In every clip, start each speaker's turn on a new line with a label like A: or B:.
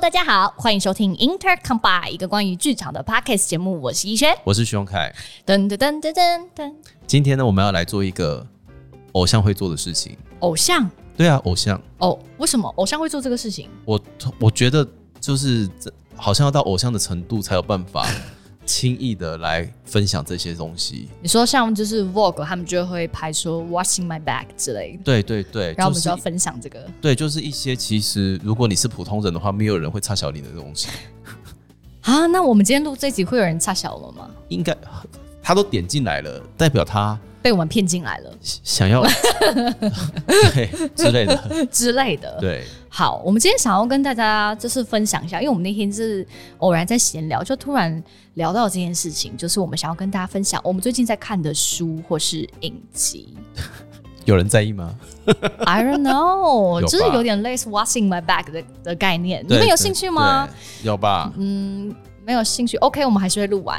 A: 大家好，欢迎收听 Intercombine 一个关于剧场的 podcast 节目，我是依轩。
B: 我是徐荣凯。
A: 噔噔噔噔噔噔，
B: 今天呢，我们要来做一个偶像会做的事情。
A: 偶像
B: 对啊，偶像，
A: 哦，为什么偶像会做这个事情？
B: 我我觉得就是这好像要到偶像的程度才有 办法轻易的来分享这些东西。
A: 你说像就是 Vogue 他们就会拍说 Watching My Back 之类的，
B: 对对对，
A: 然后我们
B: 是
A: 就要分享这个。
B: 对，就是一些其实如果你是普通人的话，没有人会差小你的东西。
A: 啊，那我们今天录这集会有人插小了吗？
B: 应该他都点进来了，代表他
A: 被我们骗进 来了
B: 想要 对之类的。
A: 之类的。
B: 对，
A: 好，我们今天想要跟大家就是分享一下，因为我们那天是偶然在闲聊，就突然聊到这件事情，就是我们想要跟大家分享我们最近在看的书或是影集。
B: 有人在意吗？
A: I don't know，
B: 有吧
A: 就是有点类似 watching my back 的的概念。你们有兴趣吗？？
B: 对有吧？
A: 嗯，没有兴趣。OK，我们还是会录完。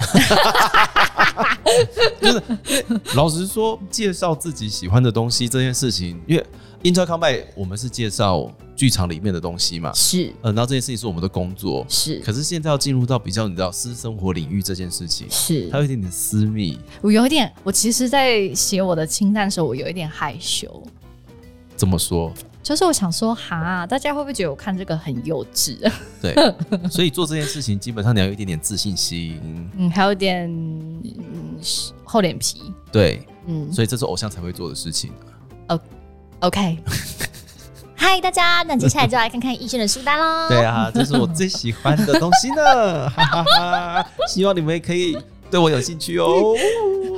B: 老实说，介绍自己喜欢的东西这件事情，因为 Inter Combine 我们是介绍剧场里面的东西嘛，
A: 是
B: 呃，那这件事情是我们的工作。
A: 是
B: 可是现在要进入到比较你知道私生活领域这件事情，
A: 是
B: 它，有一点点私密，
A: 我有一点，我其实，在写我的清单的时候，我有一点害羞。
B: 怎么说？
A: 就是我想说，哈，大家会不会觉得我看这个很幼稚？
B: 对，所以做这件事情基本上你要有一点点自信心，
A: 嗯，还有点、嗯、厚脸皮。
B: 对，
A: 嗯
B: 所以这是偶像才会做的事情。
A: ，OK。嗨，大家，那接下来就来看看医生的书单喽。
B: 对啊，这是我最喜欢的东西呢，哈哈哈！希望你们也可以对我有兴趣哦。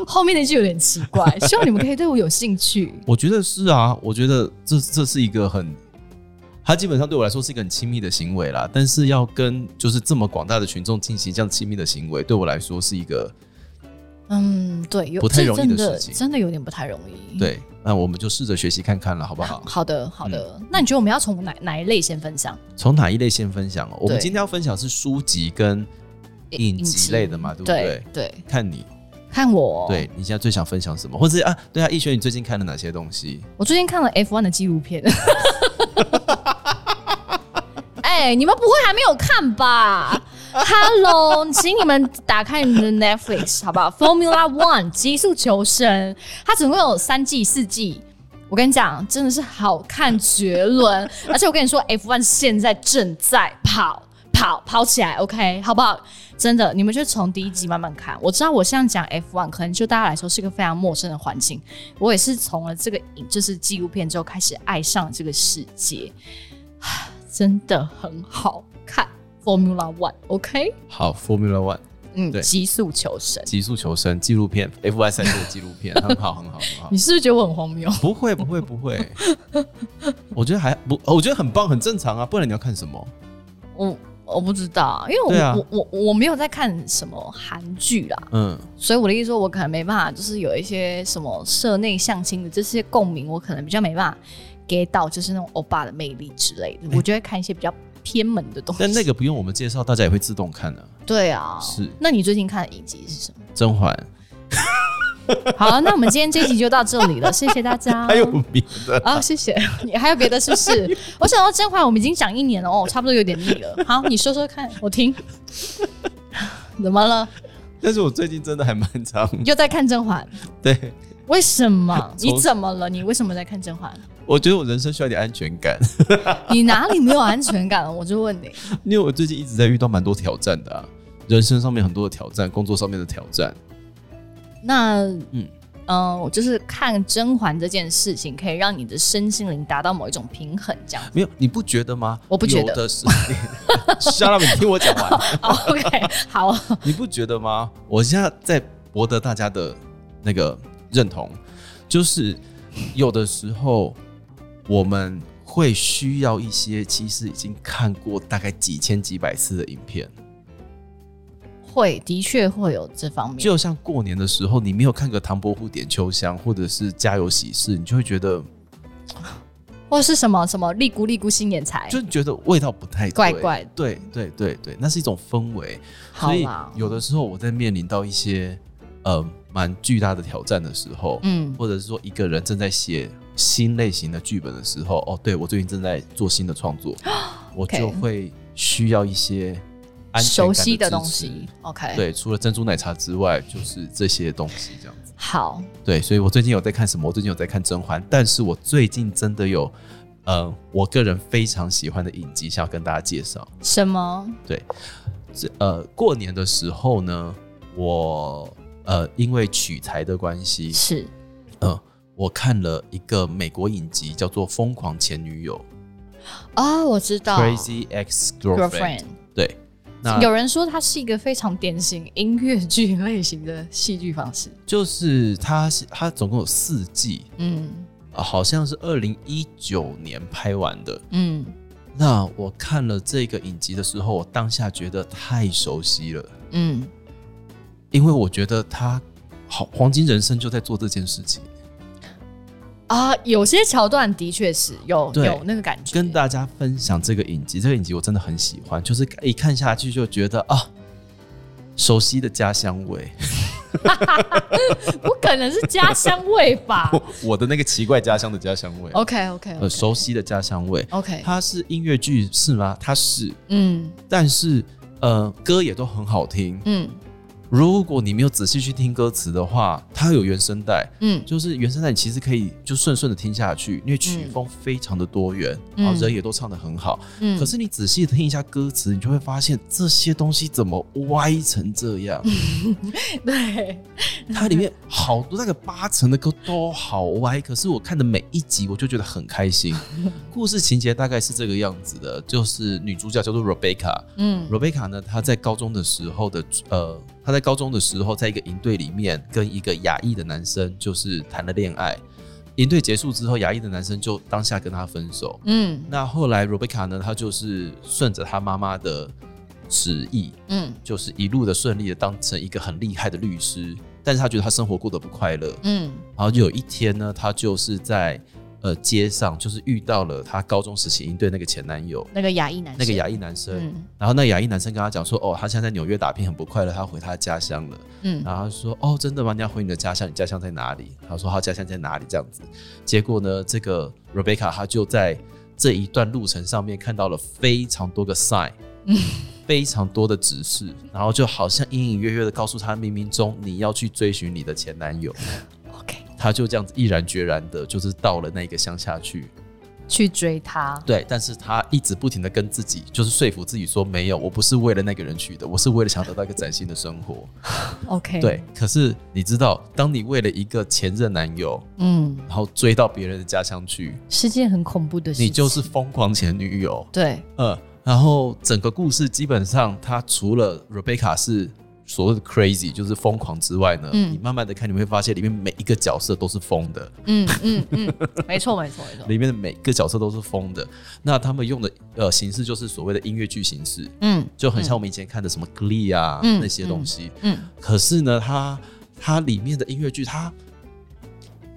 A: 后面那句有点奇怪， 希望你们可以对我有兴趣。
B: 我觉得是啊，我觉得这这是一个很，它基本上对我来说是一个很亲密的行为啦。但是要跟就是这么广大的群众进行这样亲密的行为，对我来说是一个
A: 嗯，对，有
B: 不太
A: 这
B: 容易
A: 真
B: 的
A: 的
B: 事情
A: 真的有点不太容易。，
B: 对。那我们就试着学习看看了，好不嗯好？
A: 好的，好的。
B: 嗯
A: 那你觉得我们要从哪哪一类先分享？
B: 从哪一类先分享、哦？我们
A: 对
B: 今天要分享是书籍跟影集类的嘛，对哦不
A: 对
B: 对？
A: 对，
B: 看你，
A: 看我，
B: 对你现在最想分享什么？或者是啊，对啊，逸轩，你最近看了哪些东西？
A: 我最近看了 F1 的纪录片。 哎、你们不会还没有看吧？Hello，请你们打开你们的 Netflix 好不好？Formula One 极速求生，它总共有三季四季。我跟你讲，真的是好看绝伦，而且我跟你说，F1 现在正在跑跑跑起来，OK，好不好？真的，你们就从第一集慢慢看。我知道我现在讲 F1，可能就大家来说是一个非常陌生的环境，我也是从了这个影就是纪录片之后开始爱上了这个世界，啊真的很好看。Formula One，OK，、
B: 好，Formula One
A: 嗯，
B: 对
A: 极速求生。
B: 极速求生纪录片，F Y 赛车的纪录片，很好，很好，很好
A: 你。是不是觉得我很荒谬？
B: 不会，不会，不会。我觉得还不，我觉得很棒，很正常啊。不然你要看什么？
A: 我我不知道，因为我、
B: 对啊
A: 我我我没有在看什么韩剧啦，
B: 嗯，
A: 所以我的意思说，我可能没办法，就是有一些什么社内相亲的这些共鸣，我可能比较没办法 get 到，就是那种欧巴的魅力之类的。我就会看一些比较偏门的东西。
B: 但那个不用我们介绍，大家也会自动看的、啊。
A: 对啊，
B: 是
A: 那你最近看的影集是什么？
B: 甄嬛
A: 好，那我们今天这一集就到这里 了，谢谢大家。
B: 还有别的，
A: 啊、谢 谢你，还有别的是不是？我想到甄嬛，我们已经讲一年了哦，差不多有点腻了。好，你说说看，我听。怎么了？
B: 但是我最近真的还蛮长。
A: 又在看甄嬛？
B: 对，
A: 为什么？
B: 从
A: 你怎么了？你为什么在看甄嬛？
B: 我觉得我人生需要一点安全感，
A: 你哪里没有安全感了？我就问你。
B: 因为我最近一直在遇到蛮多挑战的、啊，人生上面很多的挑战，工作上面的挑战。
A: 那嗯
B: 嗯
A: 嗯、我就是看甄嬛这件事情，可以让你的身心灵达到某一种平衡，这样。
B: 没有，你不觉得吗？
A: 我不觉得
B: 有的 是，沙拉，你听我讲完。
A: 好 OK，好，
B: 你不觉得吗？我现在在博得大家的那个认同，就是有的时候我们会需要一些其实已经看过大概几千几百次的影片，
A: 会的确会有这方面。
B: 就像过年的时候，你没有看个唐伯虎点秋香或者是家有喜事，你就会觉得
A: 或是什么什么利姑利姑新眼财，
B: 就觉得味道不太对
A: 哎怪怪的
B: 对对对对，那是一种氛围。
A: 好
B: 所以
A: 啦，
B: 有的时候我在面临到一些呃蛮巨大的挑战的时候，
A: 嗯，
B: 或者是说一个人正在写新类型的剧本的时候，哦，对我最近正在做新的创作，我
A: OK
B: 就会需要一些安全
A: 熟
B: 感
A: 悉的
B: 支
A: 东
B: 持
A: 西。OK，，
B: 对，除了珍珠奶茶之外，就是这些东西这样子。
A: 好，
B: 对，所以我最近有在看什么？我最近有在看《甄嬛》，但是我最近真的有，呃，我个人非常喜欢的影集，想要跟大家介绍。
A: 什么？
B: 这呃，过年的时候呢，我呃因为取材的关系，
A: 是
B: 呃，我看了一个美国影集，叫做《疯狂前女友
A: 哦，我知》道
B: （Crazy Ex Girlfriend）。
A: girlfriend。
B: 对，那
A: 有人说它是一个非常典型音乐剧类型的戏剧方式。
B: 就是它是它总共有四季，
A: 嗯
B: 呃好像是二零一九年拍完的。
A: 嗯，
B: 那我看了这个影集的时候，我当下觉得太熟悉了，
A: 嗯，
B: 因为我觉得他好黄金人生就在做这件事情，
A: 啊，有些桥段的确是有
B: 对
A: 有那个感觉，
B: 跟大家分享这个影集。这个影集我真的很喜欢，就是一看下去就觉得啊，熟悉的家乡味，
A: 不可能是家乡味吧
B: 我的那个奇怪家乡的家乡味，
A: ？OK OK
B: 呃，熟悉的家乡味。
A: OK，
B: 它是音乐剧是吗？它是，
A: 嗯
B: 但是呃，歌也都很好听。
A: 嗯
B: 如果你没有仔细去听歌词的话，它有原声带，
A: 嗯
B: 就是原声带你其实可以就顺顺的听下去，因为曲风非常的多元，
A: 嗯
B: 然后人也都唱得很好。
A: 嗯，
B: 可是你仔细地听一下歌词，你就会发现这些东西怎么歪成这样？
A: 对，
B: 它里面好多那个八成的歌都好歪，可是我看的每一集我就觉得很开心。故事情节大概是这个样子的，就是女主角叫做 Rebecca，
A: 嗯
B: Rebecca 呢，她在高中的时候的呃，她在高中的时候，在一个营队里面跟一个亚裔的男生就是谈了恋爱。营队结束之后，亚裔的男生就当下跟她分手。
A: 嗯
B: 那后来 Rebecca 呢，她就是顺着她妈妈的旨意，
A: 嗯
B: 就是一路的顺利的当成一个很厉害的律师，但是她觉得她生活过得不快乐。
A: 嗯
B: 然后有一天呢，她就是在呃街上就是遇到了她高中时期营队那个前男友，
A: 那个亚裔男生，
B: 那个亚裔男生。
A: 嗯
B: 然后那亚裔男生跟他讲说，哦，他现在在纽约打拼很不快乐，他要回他的家乡了。
A: 嗯
B: 然后他说，哦，真的吗？你要回你的家乡？你家乡在哪里？他说他家乡在哪里这样子。结果呢，这个 Rebecca 她就在这一段路程上面看到了非常多个 sign，非常多的指示，然后就好像隐隐约约的告诉他，冥冥中你要去追寻你的前男友。
A: OK
B: 他就这样子毅然决然的，就是到了那个乡下去。
A: 去追他，
B: 对，但是他一直不停的跟自己，就是说服自己说，没有，我不是为了那个人去的，我是为了想得到一个崭新的生活。
A: OK，
B: 对，，可是你知道，当你为了一个前任男友，
A: 嗯，
B: 然后追到别人的家乡去，
A: 是件很恐怖的事情，
B: 你就是疯狂前女友。
A: 对，
B: 呃，然后整个故事基本上，它除了 Rebecca 是所谓的 crazy，就是疯狂之外呢，
A: 嗯
B: 你慢慢的看，你会发现里面每一个角色都是疯的。
A: 嗯嗯嗯， 没错没错没错，
B: 里面的每个角色都是疯的，那他们用的呃形式就是所谓的音乐剧形式，
A: 嗯
B: 就很像我们以前看的什么 Glee 啊、
A: 嗯
B: 那些东西。
A: 嗯
B: 可是呢，它它里面的音乐剧，它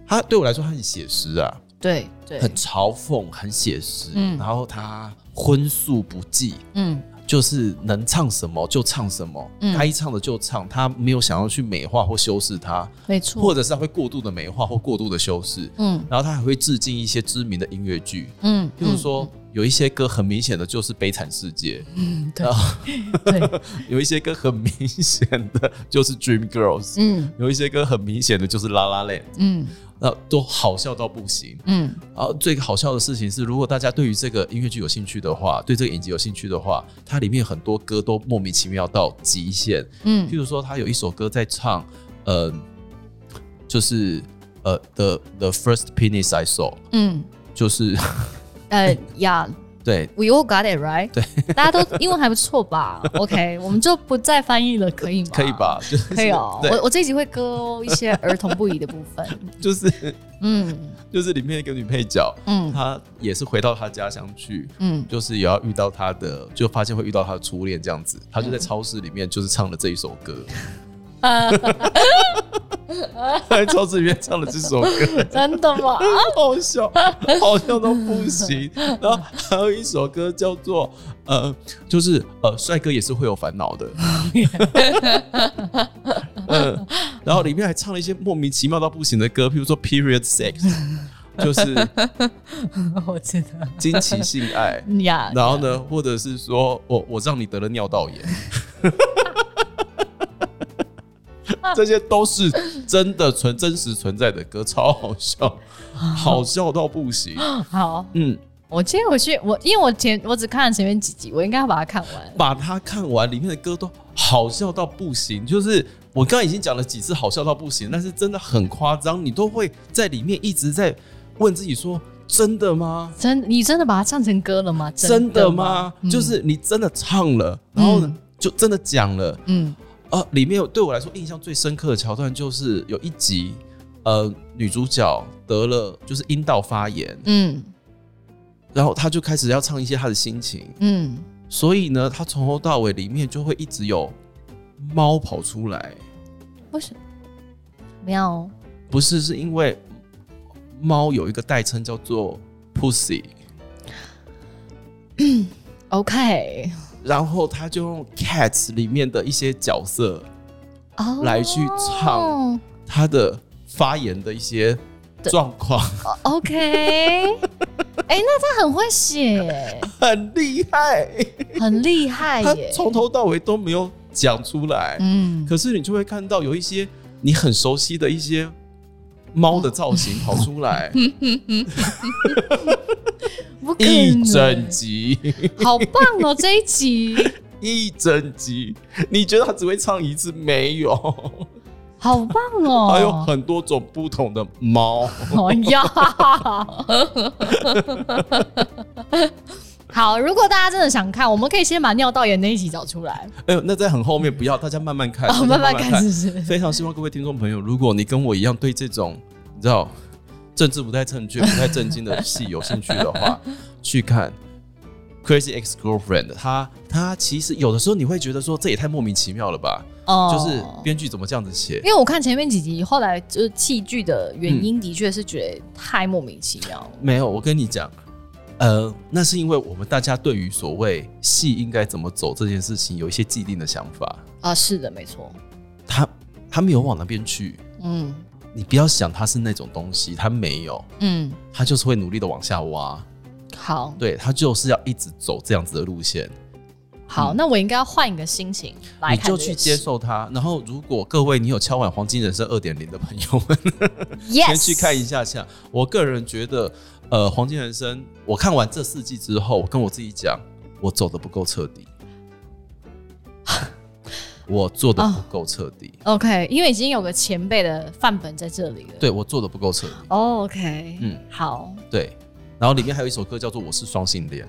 B: 它对我来说它很写实啊，
A: 对对，
B: 很嘲讽，很写实，
A: 嗯
B: 然后它荤素不忌。
A: 嗯
B: 就是能唱什么就唱什么，
A: 嗯
B: 该唱的就唱，他没有想要去美化或修饰它，
A: 没错，
B: 或者是他会过度的美化或过度的修饰，
A: 嗯
B: 然后他还会致敬一些知名的音乐剧，
A: 嗯，
B: 譬如说有一些歌很明显的就是《悲惨世界》，
A: 嗯，对 对，
B: 有一些歌很明显的就是《Dream Girls》，
A: 嗯
B: 有一些歌很明显的就是《La La Land》，
A: 嗯
B: 那都好笑到不行。
A: 嗯
B: 然后最好笑的事情是，如果大家对于这个音乐剧有兴趣的话，对这个影集有兴趣的话，它里面很多歌都莫名其妙到极限。
A: 嗯
B: 譬如说，他有一首歌在唱，呃，就是呃，the the first penis I saw，
A: 嗯，
B: 就是
A: 呃呀。
B: 对
A: We all got it right。对，大家都英文还不错 吧？OK，我们就不再翻译了，可以吗？
B: 可以？吧？ 就是
A: 可以哦。
B: 对
A: 我我这一集会割哦一些儿童不宜的部分。
B: 就是
A: 嗯
B: 就是里面一个女配角，
A: 嗯
B: 她也是回到她家乡去，
A: 嗯
B: 就是也要遇到她的，就发现会遇到她的初恋这样子。她就在超市里面就是唱了这一首歌，
A: 呃，
B: 她在超市里面唱了这首歌，
A: 真的 吗？
B: 好笑，好笑到不行。然后还有一首歌叫做呃，就是呃，帅哥也是会有烦恼的。 呃嗯，然后里面还唱了一些莫名其妙到不行的歌，譬如说 Period Sex，就是
A: 我知道
B: 惊奇性爱，
A: 呀。
B: 然后呢，或者是说我我让你得了尿道炎， 这些都是真的存真实存在的歌，超好笑，好笑到不行。
A: 好，
B: 嗯，
A: 我今天回去，我因为我前我只看了前面几集，我应该要把它看完。
B: 把它看完，里面的歌都好笑到不行。就是我刚刚已经讲了几次好笑到不行，但是真的很夸张，你都会在里面一直在问自己说：真的吗？
A: 真，你真的把它唱成歌了吗？
B: 真的
A: 的
B: 吗？嗯就是你真的唱了，然后呢
A: 嗯
B: 就真的讲了。
A: 嗯
B: 啊，里面有对我来说印象最深刻的桥段就是有一集，呃，女主角得了就是阴道发炎，
A: 嗯
B: 然后她就开始要唱一些她的心情，
A: 嗯，
B: 所以呢，她从头到尾里面就会一直有猫跑出来，
A: 为什么？喵
B: 不是是因为猫有一个代称叫做 pussy，
A: ，OK，
B: 然后她就用 cats 里面的一些角色，
A: 哦，
B: 来去唱她的发炎的一些状况，
A: 哦，OK，哎、那他很会写，
B: 很厉害。
A: 很厉害
B: 他
A: 耶，
B: 从头到尾都没有讲出来，
A: 嗯，
B: 可是你就会看到有一些你很熟悉的一些猫的造型跑出来，
A: 不可
B: 一整
A: 能，
B: 集
A: 好棒哦，这一集
B: 一整集，你觉得他只会唱一次没有？
A: 哦好棒 哦，
B: 还有很多种不同的猫，
A: 好呀！ 好，如果大家真的想看，我们可以先把尿道炎那一集找出来，
B: 哎呦，那在很后面不要，大家慢慢看，
A: 哦，
B: 大
A: 慢
B: 家
A: 慢
B: 慢
A: 看是不是？
B: 非常希望各位听众朋友，如果你跟我一样对这种你知道政治不太正确、不太正经的戏有兴趣的话，去看《Crazy Ex Girlfriend》。他他其实有的时候你会觉得说这也太莫名其妙了吧？
A: 哦
B: 就是编剧怎么这样子写？
A: 因为我看前面几集，后来就是弃剧的原因，的确是觉得太莫名其妙了。
B: 没有，我跟你讲，呃，那是因为我们大家对于所谓戏应该怎么走这件事情有一些既定的想法，
A: 啊，是的，没错。
B: 他他没有往那边去。
A: 嗯
B: 你不要想他是那种东西，他没有，
A: 嗯，
B: 他就是会努力的往下挖。
A: 好
B: 对他就是要一直走这样子的路线，
A: 好，那我应该要换一个心情来
B: 你
A: 看这
B: 就
A: 个戏，
B: 去接受它。然后，如果各位你有敲碗黄金人生二点零的朋友们，
A: yes，
B: 先去看一下下。我个人觉得，呃，黄金人生，我看完这四季之后，我跟我自己讲，我走的不够彻 底，我做的不够彻底，
A: OK，因为已经有个前辈的范本在这里了。
B: 对我做的不够彻底，
A: 哦，OK，
B: 嗯
A: 嗯，好，
B: 对。然后里面还有一首歌叫做《我是双性 恋》，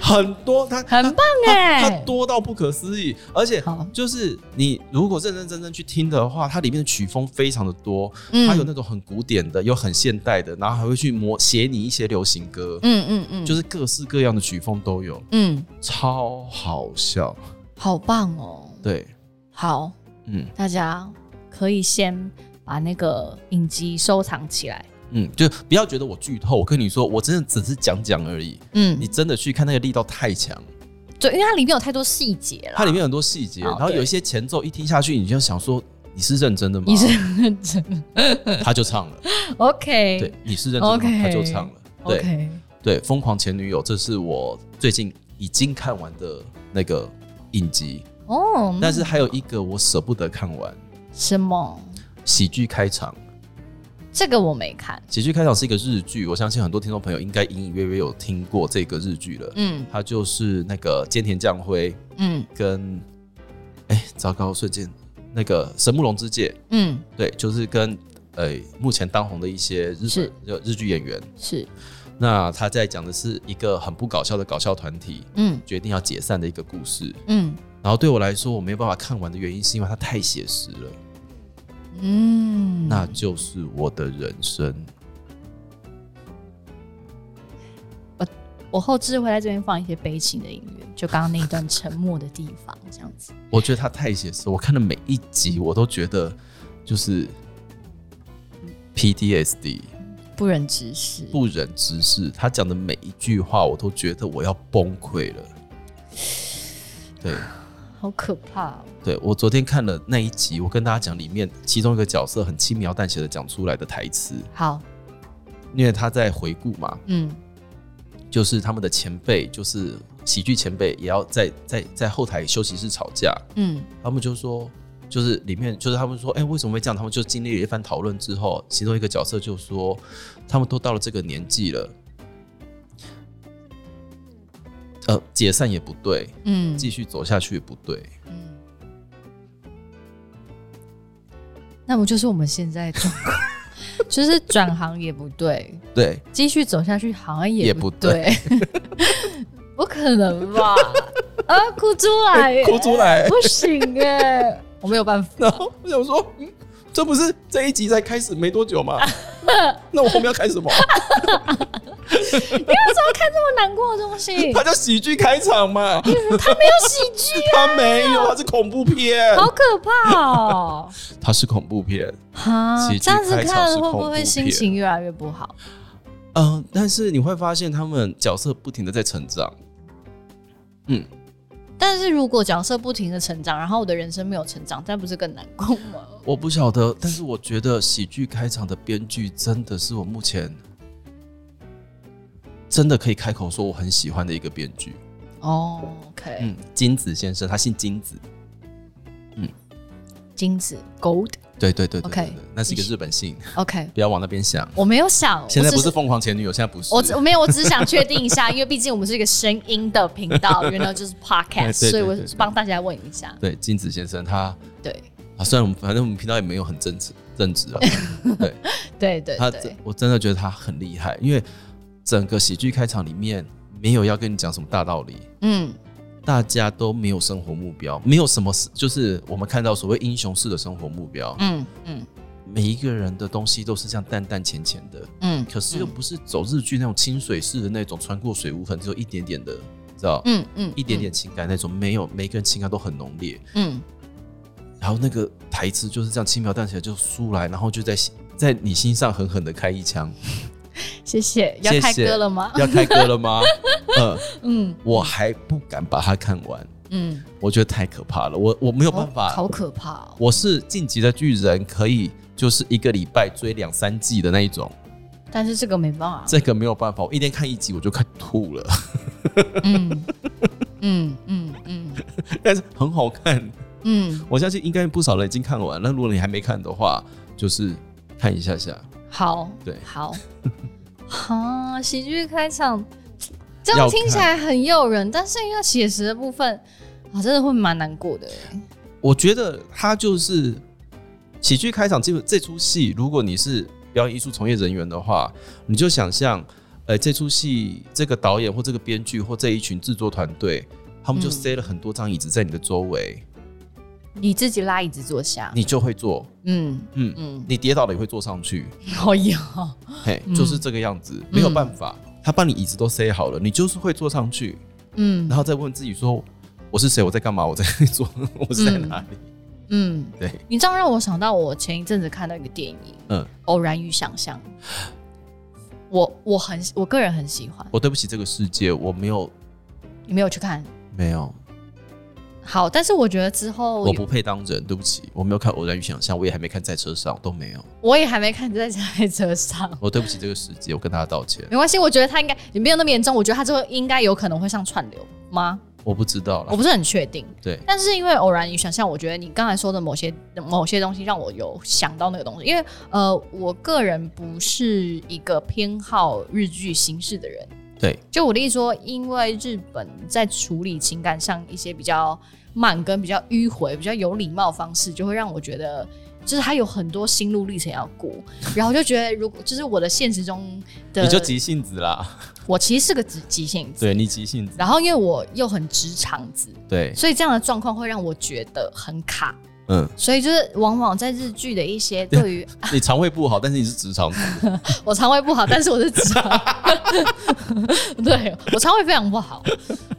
B: 很多他
A: 很棒哎、
B: 它多到不可思议，而且
A: 好
B: 就是你如果认认真真去听的话，它里面的曲风非常的多，
A: 嗯
B: 它有那种很古典的，有很现代的，然后还会去模写你一些流行歌，
A: 嗯嗯嗯，
B: 就是各式各样的曲风都有，
A: 嗯，
B: 超好笑。
A: 好棒哦。
B: 对，
A: 好，
B: 嗯
A: 大家可以先把那个影集收藏起来。
B: 嗯，就不要觉得我剧透，我跟你说，我真的只是讲讲而已，
A: 嗯啊
B: 你，真的去看那个力道太强，
A: 对，因为它里面有太多细节了。
B: 它里面有很多细节，
A: 好
B: 然后有一些前奏一听下去，你就想说你是认真的吗？
A: 你是认真
B: 他就唱了，
A: ？OK，
B: 对，你是认真的吗？
A: OK
B: 他就唱了，
A: o
B: 对。
A: k
B: 对，《疯狂前女友》这是我最近已经看完的那个影集，
A: 哦，那
B: 但是还有一个我舍不得看完，
A: 什么？
B: 喜剧开场。
A: 这个我没看。
B: 喜剧开场是一个日剧，我相信很多听众朋友应该隐隐约约有听过这个日剧了。
A: 嗯
B: 它就是那个菅田将晖
A: 嗯
B: 跟，哎、糟糕，瞬间那个神木隆之介，
A: 嗯，
B: 对，就是跟呃目前当红的一些日
A: 是
B: 本日剧演员。
A: 是，
B: 那他在讲的是一个很不搞笑的搞笑团体
A: 嗯
B: 决定要解散的一个故事。
A: 嗯
B: 然后对我来说，我没有办法看完的原因是因为它太写实了，
A: 嗯，
B: 那就是我的人生。
A: 我后置会在这边放一些悲情的音乐，就刚刚那一段沉默的地方，这样子。
B: 我觉得它太写实，我看的每一集我都觉得就是嗯 PTSD
A: 不忍直视。
B: 不忍直视。他讲的每一句话，我都觉得我要崩溃了。对，
A: 好可怕哦、
B: 对我昨天看了那一集，我跟大家讲里面其中一个角色很轻描淡写的讲出来的台词，
A: 好，
B: 因为他在回顾嘛，
A: 嗯，
B: 就是他们的前辈，就是喜剧前辈，也要在在在后台休息室吵架，
A: 嗯，
B: 他们就说，就是里面就是他们说，哎、为什么会这样？他们就经历了一番讨论之后，其中一个角色就说，他们都到了这个年纪了，呃，解散也不对，
A: 嗯，
B: 继续走下去也不对。
A: 嗯，那不就是我们现在的状况？就是转行也不对，
B: 对，
A: 继续走下去好像
B: 也
A: 也不
B: 不
A: 对， 不可能 吧？啊，哭出来耶，
B: 哭出来
A: 不行哎，我没有办法。
B: 然后我想说，嗯，这不是这一集才开始没多久吗？那我后面要看什么？
A: 为什么看这么难过的东西？
B: 它叫喜剧开场嘛，
A: 他没有喜 剧，
B: 它没有，它是恐怖片，
A: 好可怕哦！
B: 它是恐怖片。
A: 啊
B: 喜，剧
A: 这样子
B: 开场
A: 看
B: 是
A: 会
B: 恐
A: 不
B: 怖
A: 会心
B: 片
A: 情越来越不好？
B: 嗯、但是你会发现他们角色不停的在成长。
A: 但是如果角色不停的成长，然后我的人生没有成长，这样不是更难过吗？
B: 我不晓得，但是我觉得喜剧开场的编剧真的是我目前真的可以开口说我很喜欢的一个编剧。
A: 哦，OK，、
B: 嗯，金子先生，他姓金子。
A: 金子 Gold
B: 对对对对
A: OK
B: 对对那是一个日本姓，
A: OK，
B: 不要往那边想。
A: 我没有想，
B: 现在不
A: 我只
B: 是疯狂前女友，现在不是。
A: 我只我没有，我只是想确定一下，因为毕竟我们是一个声音的频道，原来就是 podcast，
B: 哎对对对
A: 所以我
B: 对对
A: 帮大家问一下。
B: 对金子先生他
A: 对
B: 啊，虽然我们反正我们频道也没有很正直正直啊， 对
A: 对对
B: 他
A: 对
B: 真，我真的觉得他很厉害，因为整个喜剧开场里面没有要跟你讲什么大道理，
A: 嗯
B: 大家都没有生活目标，没有什么是就是我们看到所谓英雄式的生活目标，
A: 嗯嗯
B: 每一个人的东西都是这样淡淡浅浅的，
A: 嗯
B: 可是又不是走日剧那种清水式的那种，穿过水无痕，只有一点点的，你知道，
A: 嗯嗯，
B: 一点点情感那种，没有每个人情感都很浓烈，
A: 嗯，
B: 然后那个台词就是这样轻描淡写地就出来，然后就在心在你心上狠狠的开 一枪。
A: 嗯谢谢。
B: 谢
A: 要开
B: 谢
A: 歌了吗？
B: 要开歌了吗？嗯，
A: 嗯
B: 我还不敢把它看完，
A: 嗯，
B: 我觉得太可怕了，我我没有
A: 好
B: 办法。
A: 好可怕哦。
B: 我是晋级的巨人，可以就是一个礼拜追两三季的那一种，
A: 但是这个没办法。
B: 这个没有办法，我一天看一集我就看吐了，
A: 嗯嗯嗯嗯
B: 但是很好看，
A: 嗯，
B: 我相信应该不少人已经看完。那如果你还没看的话，就是看一下下。
A: 好，
B: 对
A: 好，啊，喜剧开场，这
B: 要
A: 样听起来很诱人，但是因为写实的部分，啊，真的会蛮难过的欸。
B: 我觉得他就是喜剧开场这这出戏，如果你是表演艺术从业人员的话，你就想象，呃，这出戏这个导演或这个编剧或这一群制作团队，他们就
A: 嗯
B: 塞了很多张椅子在你的周围，
A: 你自己拉椅子坐下，
B: 你就会坐，
A: 嗯
B: 嗯，
A: 嗯，
B: 你跌倒了也会坐上去，
A: 好呀，
B: 嘿，
A: 嗯
B: 就是这个样子，没有办法，他把你椅子都塞好了，你就是会坐上去，
A: 嗯
B: 然后再问自己说，我是谁？我在干嘛？我在做， 我是在哪里？
A: 嗯，
B: 对，
A: 你这样让我想到我前一阵子看到一个电影，
B: 嗯，
A: 偶然与想象》，我我很我个人很喜欢，
B: 我对不起这个世界，我没有，
A: 你没有去看？
B: 没有。
A: 好，但是我觉得之后
B: 我不配当人，对不起，我没有看《偶然与想象》，我也还没看在车上，都没有。
A: 我也还没看，在在车上。
B: 我对不起这个世界，我跟大家道歉。
A: 没关系，我觉得他应该也没有那么严重。我觉得他之后应该有可能会上串流吗？
B: 我不知道
A: 我
B: 了，
A: 不是很确定。
B: 对，
A: 但是因为偶然与想象，我觉得你刚才说的某些某些东西让我有想到那个东西，因为呃，我个人不是一个偏好日剧形式的人。
B: 对，
A: 就我的意思说，因为日本在处理情感上一些比较慢跟比较迂回、比较有礼貌的方式，就会让我觉得，就是他有很多心路历程要过，然后就觉得如果就是我的现实中的
B: 你就急性子啦，
A: 我其实是个急急性子，
B: 对你急性子，
A: 然后因为我又很直肠子，
B: 对，
A: 所以这样的状况会让我觉得很卡。
B: 嗯，
A: 所以就是往往在日剧的一些对于啊
B: 你肠胃不好，但是你是直肠子，
A: 我肠胃不好，但是我是直肠， 对我肠胃非常不好。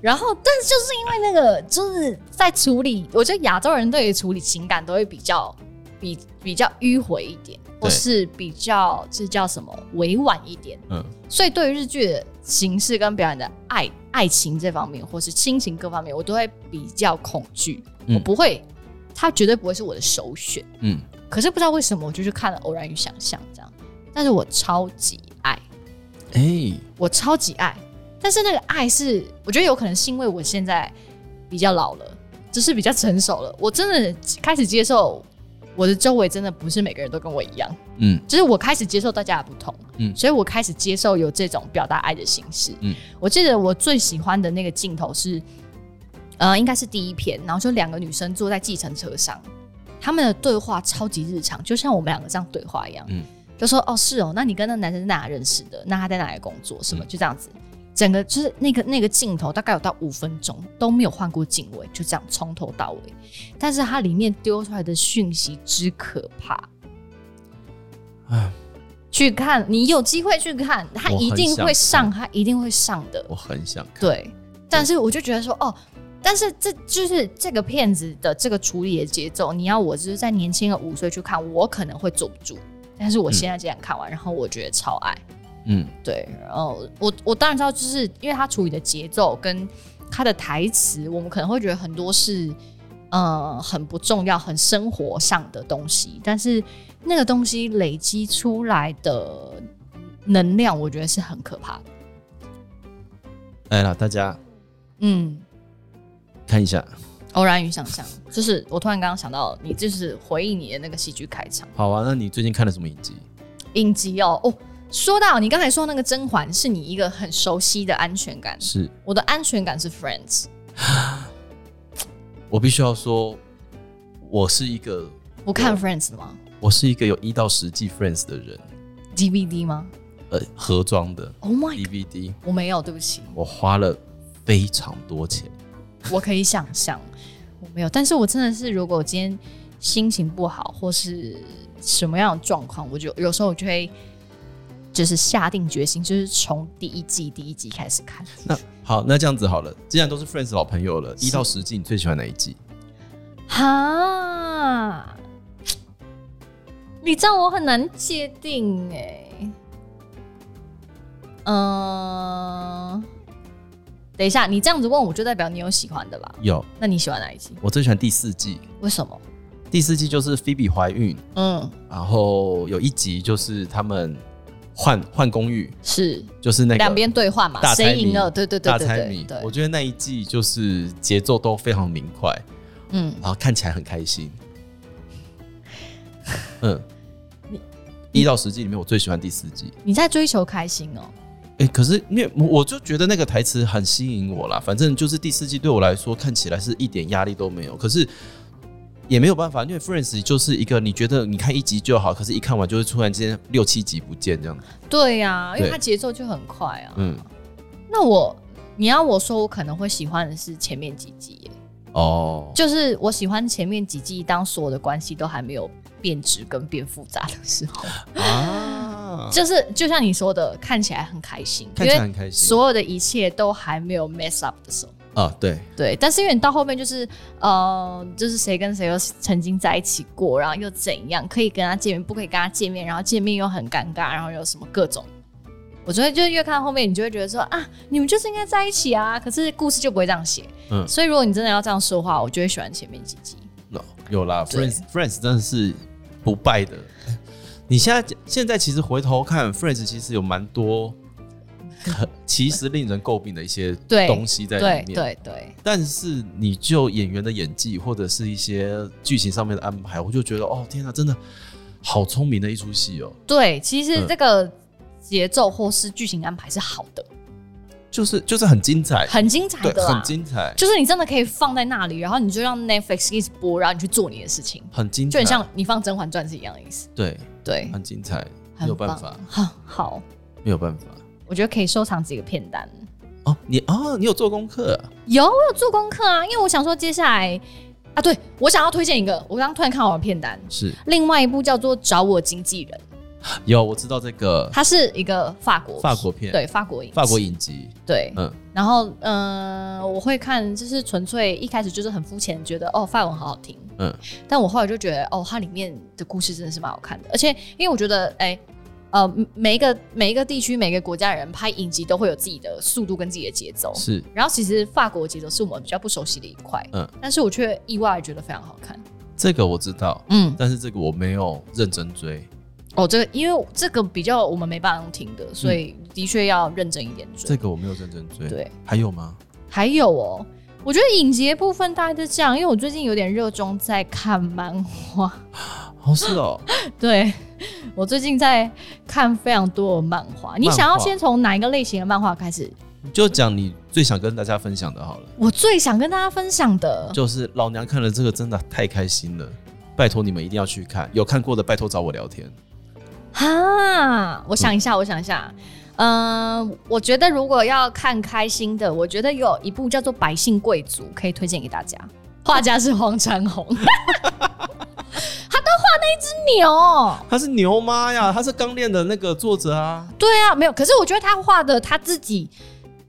A: 然后，但是就是因为那个就是在处理，我觉得亚洲人对于处理情感都会比较比比较迂回一点，或
B: 对
A: 是比较这叫什么委婉一点。
B: 嗯，
A: 所以对于日剧的形式跟表演的爱爱情这方面，或是亲情各方面，我都会比较恐惧，
B: 嗯
A: 我不会，它绝对不会是我的首选。
B: 嗯，
A: 可是不知道为什么，我就去看了《偶然与想象》这样，但是我超级爱，
B: 哎、
A: 我超级爱，但是那个爱是，我觉得有可能是因为我现在比较老了，就是比较成熟了，我真的开始接受我的周围真的不是每个人都跟我一样，
B: 嗯
A: 就是我开始接受大家的不同，
B: 嗯
A: 所以我开始接受有这种表达爱的形式，
B: 嗯
A: 我记得我最喜欢的那个镜头是，呃，应该是第一篇，然后就两个女生坐在计程车上，她们的对话超级日常，就像我们两个这样对话一样，
B: 嗯
A: 就说哦是哦，那你跟那男生是哪认识的？那他在哪里工作？什么？
B: 嗯
A: 就这样子，整个就是那个那个镜头大概有到五分钟都没有换过镜位，就这样从头到尾，但是它里面丢出来的讯息之可怕。
B: 啊，
A: 去看，你有机会去看，它
B: 我很
A: 一定
B: 想
A: 会上，
B: 看
A: 它一定会上的。
B: 我很想看，
A: 对，但是我就觉得说，哦，但是这就是这个片子的这个处理的节奏，你要我就是在年轻的五岁去看，我可能会坐不住。但是我现在这样看完，然后我觉得超爱。
B: 嗯
A: 对，然后我我当然知道，就是因为他处理的节奏跟他的台词，我们可能会觉得很多是呃很不重要、很生活上的东西，但是那个东西累积出来的能量，我觉得是很可怕的。
B: 来了，大家
A: 嗯，
B: 看一下，
A: 偶然与想象，就是我突然刚刚想到，你就是回忆你的那个戏剧开场
B: 好啊，那你最近看了什么影集？
A: 影集哦哦。说到你刚才说那个甄嬛，是你一个很熟悉的安全感，
B: 是
A: 我的安全感是 Friends，
B: 我必须要说，我是一个
A: 我看 Friends 吗
B: 我是一个有一到十季 Friends 的人，
A: ？DVD 吗
B: 呃，盒装的
A: ？Oh my，god，
B: DVD，
A: 我没有，对不起，
B: 我花了非常多钱。
A: 我可以想象，我没有，但是我真的是，如果我今天心情不好或是什么样的状况，我就有时候我就会就是下定决心，就是从第一季第一集开始看。
B: 那好，那这样子好了，既然都是 Friends 老朋友了，
A: 是
B: 一到十季你最喜欢哪一季？
A: 哈，你这样我很难界定哎、嗯、呃等一下，你这样子问我，就代表你有喜欢的吧？
B: 有，
A: 那你喜欢哪一集？
B: 我最喜欢第四季。
A: 为什么？
B: 第四季就是菲比怀孕，
A: 嗯，
B: 然后有一集就是他们换换公寓，
A: 是
B: 就是那个
A: 两边对换嘛，
B: 大猜
A: 谁
B: 谜
A: 赢了？对对对
B: 大
A: 对
B: 猜
A: 对
B: 谜。
A: 对
B: 我，觉得那一季就是节奏都非常明快，
A: 嗯，
B: 然后看起来很 开心。嗯
A: 你，
B: 一到十季里面，我最喜欢第四季。
A: 你在追求开心哦。
B: 哎、可是因为我就觉得那个台词很吸引我啦，反正就是第四季对我来说看起来是一点压力都没有，可是也没有办法，因为 Friends 就是一个你觉得你看一集就好，可是一看完就会突然间六七集不见这样子。
A: 对呀、因为
B: 对
A: 它节奏就很快啊。
B: 嗯，
A: 那我你要我说，我可能会喜欢的是前面几集耶。
B: 哦，
A: 就是我喜欢前面几季，当所有的关系都还没有变质跟变复杂的时候，
B: 啊，
A: 就是就像你说的，看起来很开心，
B: 看起来很开
A: 因为
B: 心
A: 所有的一切都还没有 mess up 的时候。
B: 啊，对，
A: 对，但是因为你到后面就是，呃，就是谁跟谁又曾经在一起过，然后又怎样，可以跟他见面，不可以跟他见面，然后见面又很尴尬，然后有什么各种，我觉得就是越看到后面，你就会觉得说啊，你们就是应该在一起啊，可是故事就不会这样写，
B: 嗯
A: 所以如果你真的要这样说的话，我就会喜欢前面几集。
B: No, 有啦
A: 对
B: ，Friends Friends 真的是不败的。你现在现在其实回头看 Friends，其实有蛮多可其实令人诟病的一些
A: 对
B: 东西在
A: 对
B: 里面。
A: 对对，
B: 但是你就演员的演技或者是一些剧情上面的安排，我就觉得哦天哪，真的好聪明的一出戏哦！
A: 对，其实
B: 嗯
A: 这个节奏或是剧情安排是好的，
B: 就是就是很精彩，
A: 很精彩
B: 对，
A: 的啦
B: 很，精彩，
A: 就是你真的可以放在那里，然后你就让 Netflix 一直播，然后你去做你的事情，
B: 很精彩，
A: 就很像你放《甄嬛传》是一样的意思。
B: 对，
A: 对，
B: 很精彩，没
A: 嗯很
B: 有办
A: 棒
B: 法，。
A: 好，好，
B: 没有办法。
A: 我觉得可以收藏几个片单。
B: 哦，你哦，你有做功课啊、
A: 有，我有做功课啊，因为我想说接下来啊，对我想要推荐一个，我刚刚突然看完片单，
B: 是
A: 另外一部叫做《找我经纪人》，
B: 有，我知道这个
A: 它是一个法国
B: 法国片，
A: 对法国影集
B: 法国影集，
A: 对，
B: 嗯，
A: 然后，嗯、我会看，就是纯粹一开始就是很肤浅，觉得哦，法文好好听。
B: 嗯
A: 但我后来就觉得，哦，它里面的故事真的是蛮好看的，而且因为我觉得，哎、呃，每一个每一个地区、每个国家的人拍影集都会有自己的速度跟自己的节奏。
B: 是
A: 然后其实法国节奏是我们比较不熟悉的一块，
B: 嗯
A: 但是我却意外觉得非常好看。
B: 这个我知道，
A: 嗯，
B: 但是这个我没有认真追，
A: 哦，这个因为这个比较我们没办法用听的，所以的确要认真一点追。
B: 嗯这个我没有认真追。，
A: 对，
B: 还有吗？
A: 还有哦，我觉得影集的部分大概就这样，因为我最近有点热衷在看漫画。
B: 哦，是哦，
A: 对我最近在看非常多的漫画，你
B: 漫画
A: 想要先从哪一个类型的漫画开始？
B: 就讲你最想跟大家分享的好了，
A: 我最想跟大家分享的，
B: 就是老娘看了这个真的太开心了，拜托你们一定要去看，有看过的拜托找我聊天。
A: 哈，我想一下，我想一下。嗯，我觉得如果要看开心的，我觉得有一部叫做《百姓贵族》可以推荐给大家，画家是黄长虹， 他都画那一只牛。
B: 他是牛妈呀，他是刚练的那个作者啊，
A: 对啊，没有。可是我觉得他画的他自己，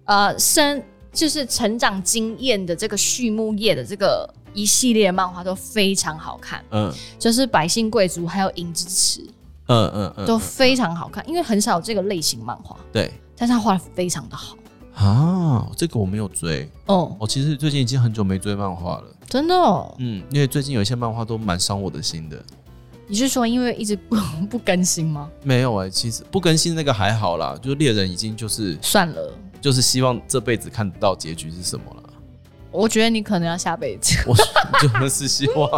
A: 呃，生就是成长经验的这个畜牧业的这个一系列漫画都非常好看，
B: 嗯
A: 就是《百姓贵族》还有《银之匙》
B: 嗯嗯嗯，
A: 都非常好看，因为很少有这个类型漫画，
B: 对
A: 但是他画的非常的 好。
B: 啊，这个我没有追，
A: 哦，
B: 我、其实最近已经很久没追漫画了，
A: 真的哦？
B: 嗯，因为最近有一些漫画都蛮伤我的心的。
A: 你是说因为一直不不更新吗？
B: 没有哎、其实不更新那个还好啦，就是猎人已经就是
A: 算了，
B: 就是希望这辈子看到结局是什么了。
A: 我觉得你可能要下辈 子。
B: 我就是希望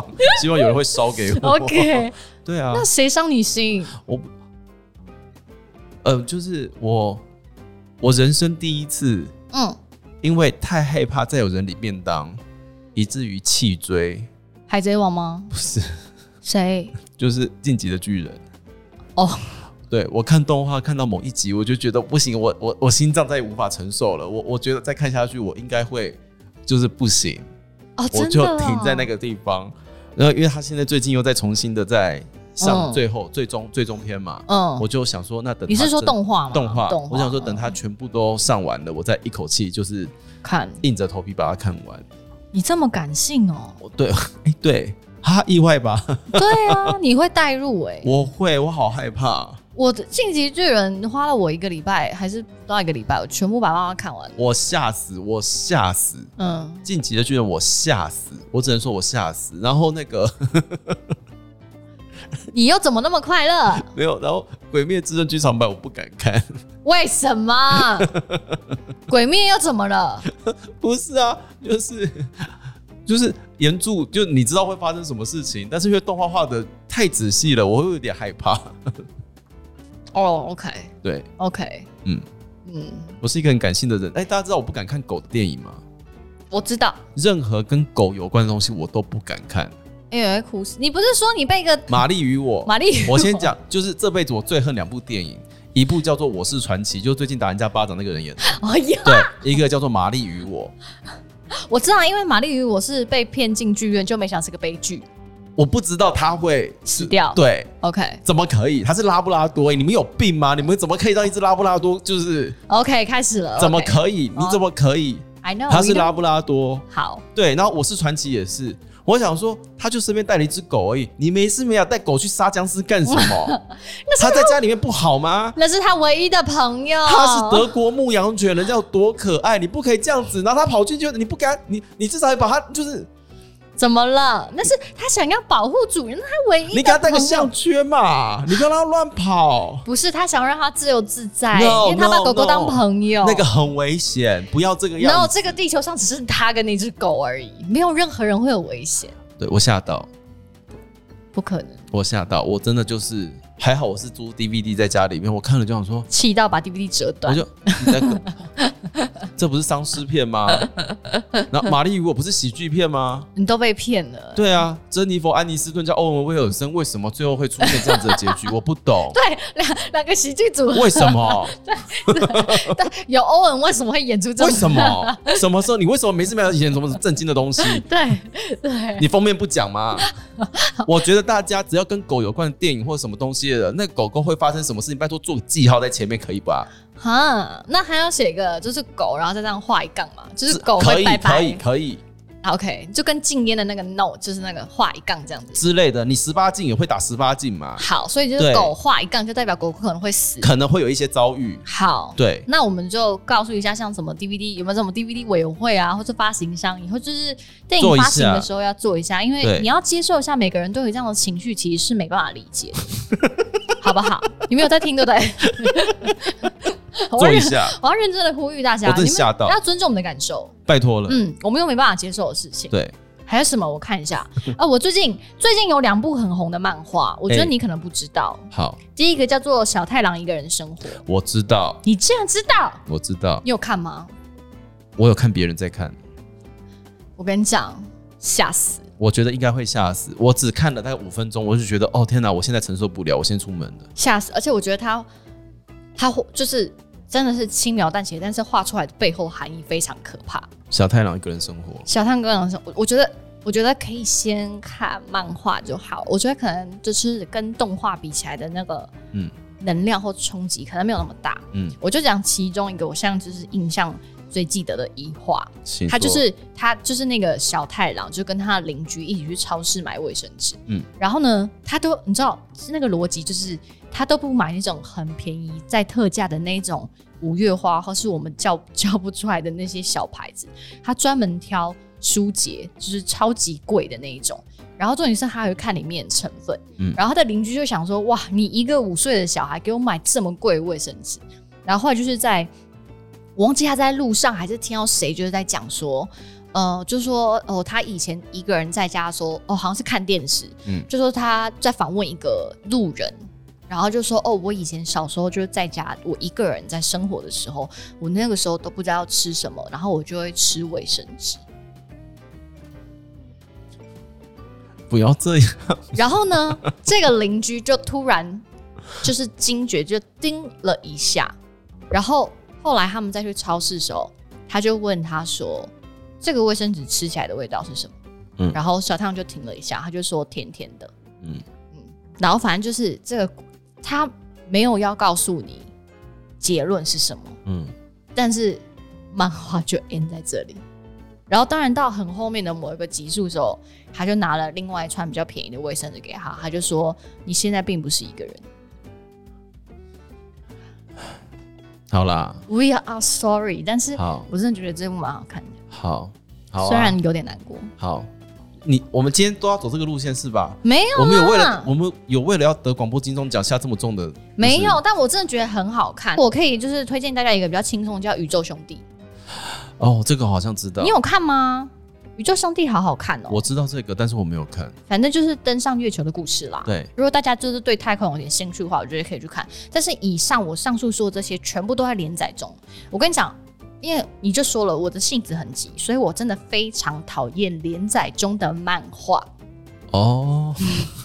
B: 希望有人会 烧给我。
A: OK，
B: 对啊，
A: 那谁伤你心？
B: 我不呃，就是我我人生第一次
A: 嗯，
B: 因为太害怕再有人领便当，以至于弃追，
A: 海贼王吗？
B: 不是，
A: 谁？
B: 就是晋级的巨人。
A: 哦，
B: 对我看动画看到某一集，我就觉得不行，我我我心脏再也无法承受了，我我觉得再看下去，我应该会就是不行，
A: 哦，
B: 我
A: 真的
B: 就
A: 哦
B: 停在那个地方。然后，因为他现在最近又在重新的在上
A: 嗯
B: 最后、最终最终篇嘛，
A: 嗯
B: 我就想说，那等
A: 你是
B: 他
A: 说
B: 整
A: 动画吗？
B: 动画
A: 动画，嗯
B: 我想说等它全部都上完了，我再一口气就是
A: 看。
B: 硬着头皮把它看完。？
A: 你这么感性哦
B: 我对， 哎对，哈意外吧？
A: 对啊，你会带入哎、
B: 我会，我好害怕。
A: 我的《晋级巨人》花了我一个礼拜，还是不到一个礼拜，我全部把漫画看完了。
B: 我吓死，我吓死！
A: 嗯，
B: 晋级的巨人，我吓死，我只能说我吓死。然后那个
A: 你又怎么那么快 乐？
B: 没有，然后《鬼灭之刃》剧场版我不敢看，
A: 为什么？鬼灭又怎么了？
B: 不是啊，就是就是原著，就你知道会发生什么事情，但是因为动画画的太仔细了，我会有点害怕。
A: 哦，OK，OK、
B: 对，
A: o k
B: 嗯，
A: 嗯，
B: 我是一个很感性的人。哎，大家知道我不敢看狗的电影吗？
A: 我知道，
B: 任何跟狗有关的东西我都不敢看。
A: 因为哎哭死。你不是说你被一个
B: 玛丽与我，
A: 玛丽？
B: 我先讲，就是这辈子我最恨两部电影，一部叫做《我是传奇》，就是最近打人家巴掌那个人演的；
A: 哎呀，
B: 对，一个叫做《玛丽与我》。
A: 我知道，啊因为玛丽与我是被骗进剧院，就没想到是个悲剧。
B: 我不知道他会
A: 死掉
B: 对，
A: OK，OK，、
B: 怎么可以？他是拉布拉多、欸你们有病吗？你们怎么可以让一只拉布拉多就是
A: 开始了。
B: 怎么可以？你怎么可以？
A: ？I know，
B: 他是
A: we know
B: 拉布拉多，
A: 好。
B: 对，然后《我是传奇》也是。我想说，他就身边带了一只狗而已，你没事没有带狗去杀僵尸干什么？他在家里面不好吗？
A: 那是他唯一的朋友。
B: 他是德国牧羊犬，人家有多可爱，你不可以这样子。然后他跑进去，你不敢，你你至少也把他就是，
A: 怎么了？那是他想要保护主人，那他唯一的
B: 你给他戴个
A: 朋友
B: 项圈嘛，你不要让他乱跑，
A: 不是他想让他自由自在
B: No，
A: 因为他把
B: no，
A: 狗狗
B: no
A: 当朋友。
B: 那个很危险，不要这个
A: 然后
B: 样子。
A: 这个地球上只是他跟那只狗而已，没有任何人会有危险，
B: 对我吓到，
A: 不可能。
B: 我吓到，我真的就是还好，我是租 DVD 在家里面，我看了就想说，
A: 气到把 DVD 折
B: 我
A: 断。
B: 就你在跟 这不是丧尸片吗？然后玛丽与我不是喜剧片吗？
A: 你都被骗了。
B: 对啊，珍妮佛·安妮斯顿加欧文·威尔森，为什么最后会出现这样子的结局？我不 懂，
A: 对，两两个喜剧组合，
B: 为什么？
A: 但有欧文为什么会演出这种？
B: 为什？么？什么时候你为什么没事没事演什么震惊的 东西？
A: 对对，
B: 你封面不讲吗？我觉得大家只要跟狗有关的电影或者什么东西的，那狗狗会发生什么事情，拜托做个记号在前面可以吧？
A: 哈，那还要写一个就是狗，然后再这样画一杠嘛，就是
B: 是
A: 狗
B: 可
A: 会
B: 以
A: 拜拜
B: 可以可以
A: OK，就跟禁烟的那个 no 就是那个画一杠这样子。
B: 之类的，你十八禁也会打十八禁嘛，
A: 好，所以就是
B: 对
A: 狗画一杠就代表狗可能会死。
B: 可能会有一些遭遇。
A: 好，
B: 对，
A: 那我们就告诉一下，像什么 DVD 有没有这种 DVD 委员会啊，或者发行商，以后就是电影
B: 做一
A: 发
B: 下
A: 行的时候要做一下，因为
B: 对
A: 你要接受一下每个人都有这样的情绪，其实是没办法理解 的，好不好？你没有在听对不对？我
B: 做
A: 要
B: 一
A: 认
B: 下，
A: 我要认真的呼吁大家，
B: 我真
A: 你
B: 的
A: 们
B: 吓到
A: 要尊重我们的感受。
B: 拜托了。
A: 嗯，我们又没办法接受的事情。
B: 对，
A: 还有什么？我看一下。 啊，我最近最近有两部很红的漫画，我觉得
B: 哎
A: 你可能不知道。
B: 好，
A: 第一个叫做《小太郎一个人生活》，
B: 我知道，
A: 你竟然知道？
B: 我知道，
A: 你有看吗？
B: 我有看别人在看，
A: 我跟你讲，吓死！
B: 我觉得应该会吓死。我只看了大概五分钟，我就觉得哦天哪，我现在承受不了，我先出门了。
A: 吓死！而且我觉得他他就是真的是轻描淡写，但是画出来的背后含义非常可怕。
B: 小太郎一个人生活，
A: 小探哥老师，我我觉得。我觉得可以先看漫画就好。我觉得可能就是跟动画比起来的那个
B: 嗯
A: 能量或冲击，可能没有那么大。
B: 嗯，
A: 我就讲其中一个，我像就是印象最记得的一画，
B: 请
A: 他就
B: 说
A: 是他就是那个小太郎，就跟他的邻居一起去超市买卫生纸。嗯
B: 嗯，
A: 然后呢，他都你知道那个逻辑就是他都不买那种很便宜在特价的那种五月花，或是我们叫 叫不出来的那些小牌子，他专门挑舒洁，就是超级贵的那一种。然后重点是他还会看里面的成分，
B: 嗯
A: 然后他的邻居就想说：“哇，你一个五岁的小孩给我买这么贵的卫生纸。”然后后来就是在我忘记他在路上还是听到谁就是在讲说，呃，就说哦，他以前一个人在家说，哦，好像是看电视，
B: 嗯
A: 就说他在访问一个路人。然后就说哦，我以前小时候就是在家，我一个人在生活的时候，我那个时候都不知道要吃什么，然后我就会吃卫生纸。
B: 不要这样，
A: 然后呢， 这个邻居就突然就是惊觉，就叮了一下。然后后来他们再去超市的时候，他就问他说：“这个卫生纸吃起来的味道是什么？”
B: 嗯
A: 然后小烫就停了一下，他就说：“甜甜的。”
B: 嗯
A: 然后反正就是这个，他没有要告诉你结论是什么，
B: 嗯，
A: 但是漫画就 end 在这里。然后当然到很后面的某一个集数的时候，他就拿了另外一串比较便宜的卫生纸给他，他就说：“你现在并不是一个人
B: 好啦，
A: ，We are sorry。”但是
B: 好
A: 我真的觉得这部蛮好看的，
B: 好好、啊，
A: 虽然有点难过。
B: 好，你我们今天都要走这个路线是吧？
A: 没有啦，啊
B: 我们有为了我们有为了要得广播金钟奖下这么重的，就是
A: 没有，但我真的觉得很好看。我可以就是推荐大家一个比较轻松的，叫《宇宙兄弟
B: 哦，这个我好像知》，道
A: 你，有看吗？《宇宙兄弟》好好看哦，
B: 我知道这个，但是我没有看。
A: 反正就是登上月球的故事啦。
B: 对，
A: 如果大家就是对太空有点兴趣的话，我觉得可以去看。但是以上我上述说的这些，全部都在连载中。我跟你讲，因为你就说了我的性子很急，所以我真的非常讨厌连载中的漫 画。
B: 哦，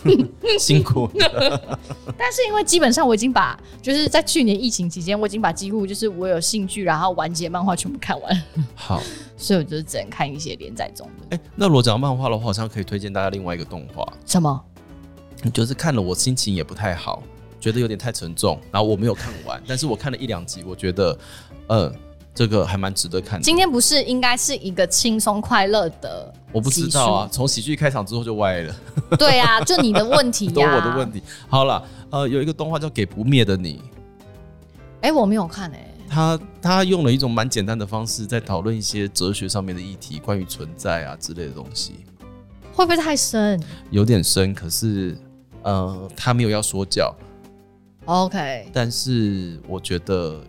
B: 辛苦 了，
A: 但是因为基本上我已经把，就是在去年疫情期间，我已经把几乎就是我有兴趣然后完结漫画全部看完，
B: 好。
A: 所以我就是只能看一些连载中的。
B: 哎、那如果讲到漫画的话，好像可以推荐大家另外一个动画，
A: 什么？
B: 就是看了我心情也不太好，觉得有点太沉重，然后我没有看完，但是我看了一两集，我觉得，呃，这个还蛮值得看的
A: 今。天不是应该是一个轻松快乐的？
B: 我不知道啊，。 从喜剧开场之后就歪了，
A: 对啊，就你的问题
B: 都
A: 呀、
B: 我的问题。好了，呃，有一个动画叫《给不灭的你》，
A: 哎、我没有看哎、
B: 他他用了一种蛮简单的方式，在讨论一些哲学上面的议题，关于存在啊之类的东西，
A: 会不会太深
B: 有点深，可是呃，他没有要说教，
A: ？OK，
B: 但是我觉得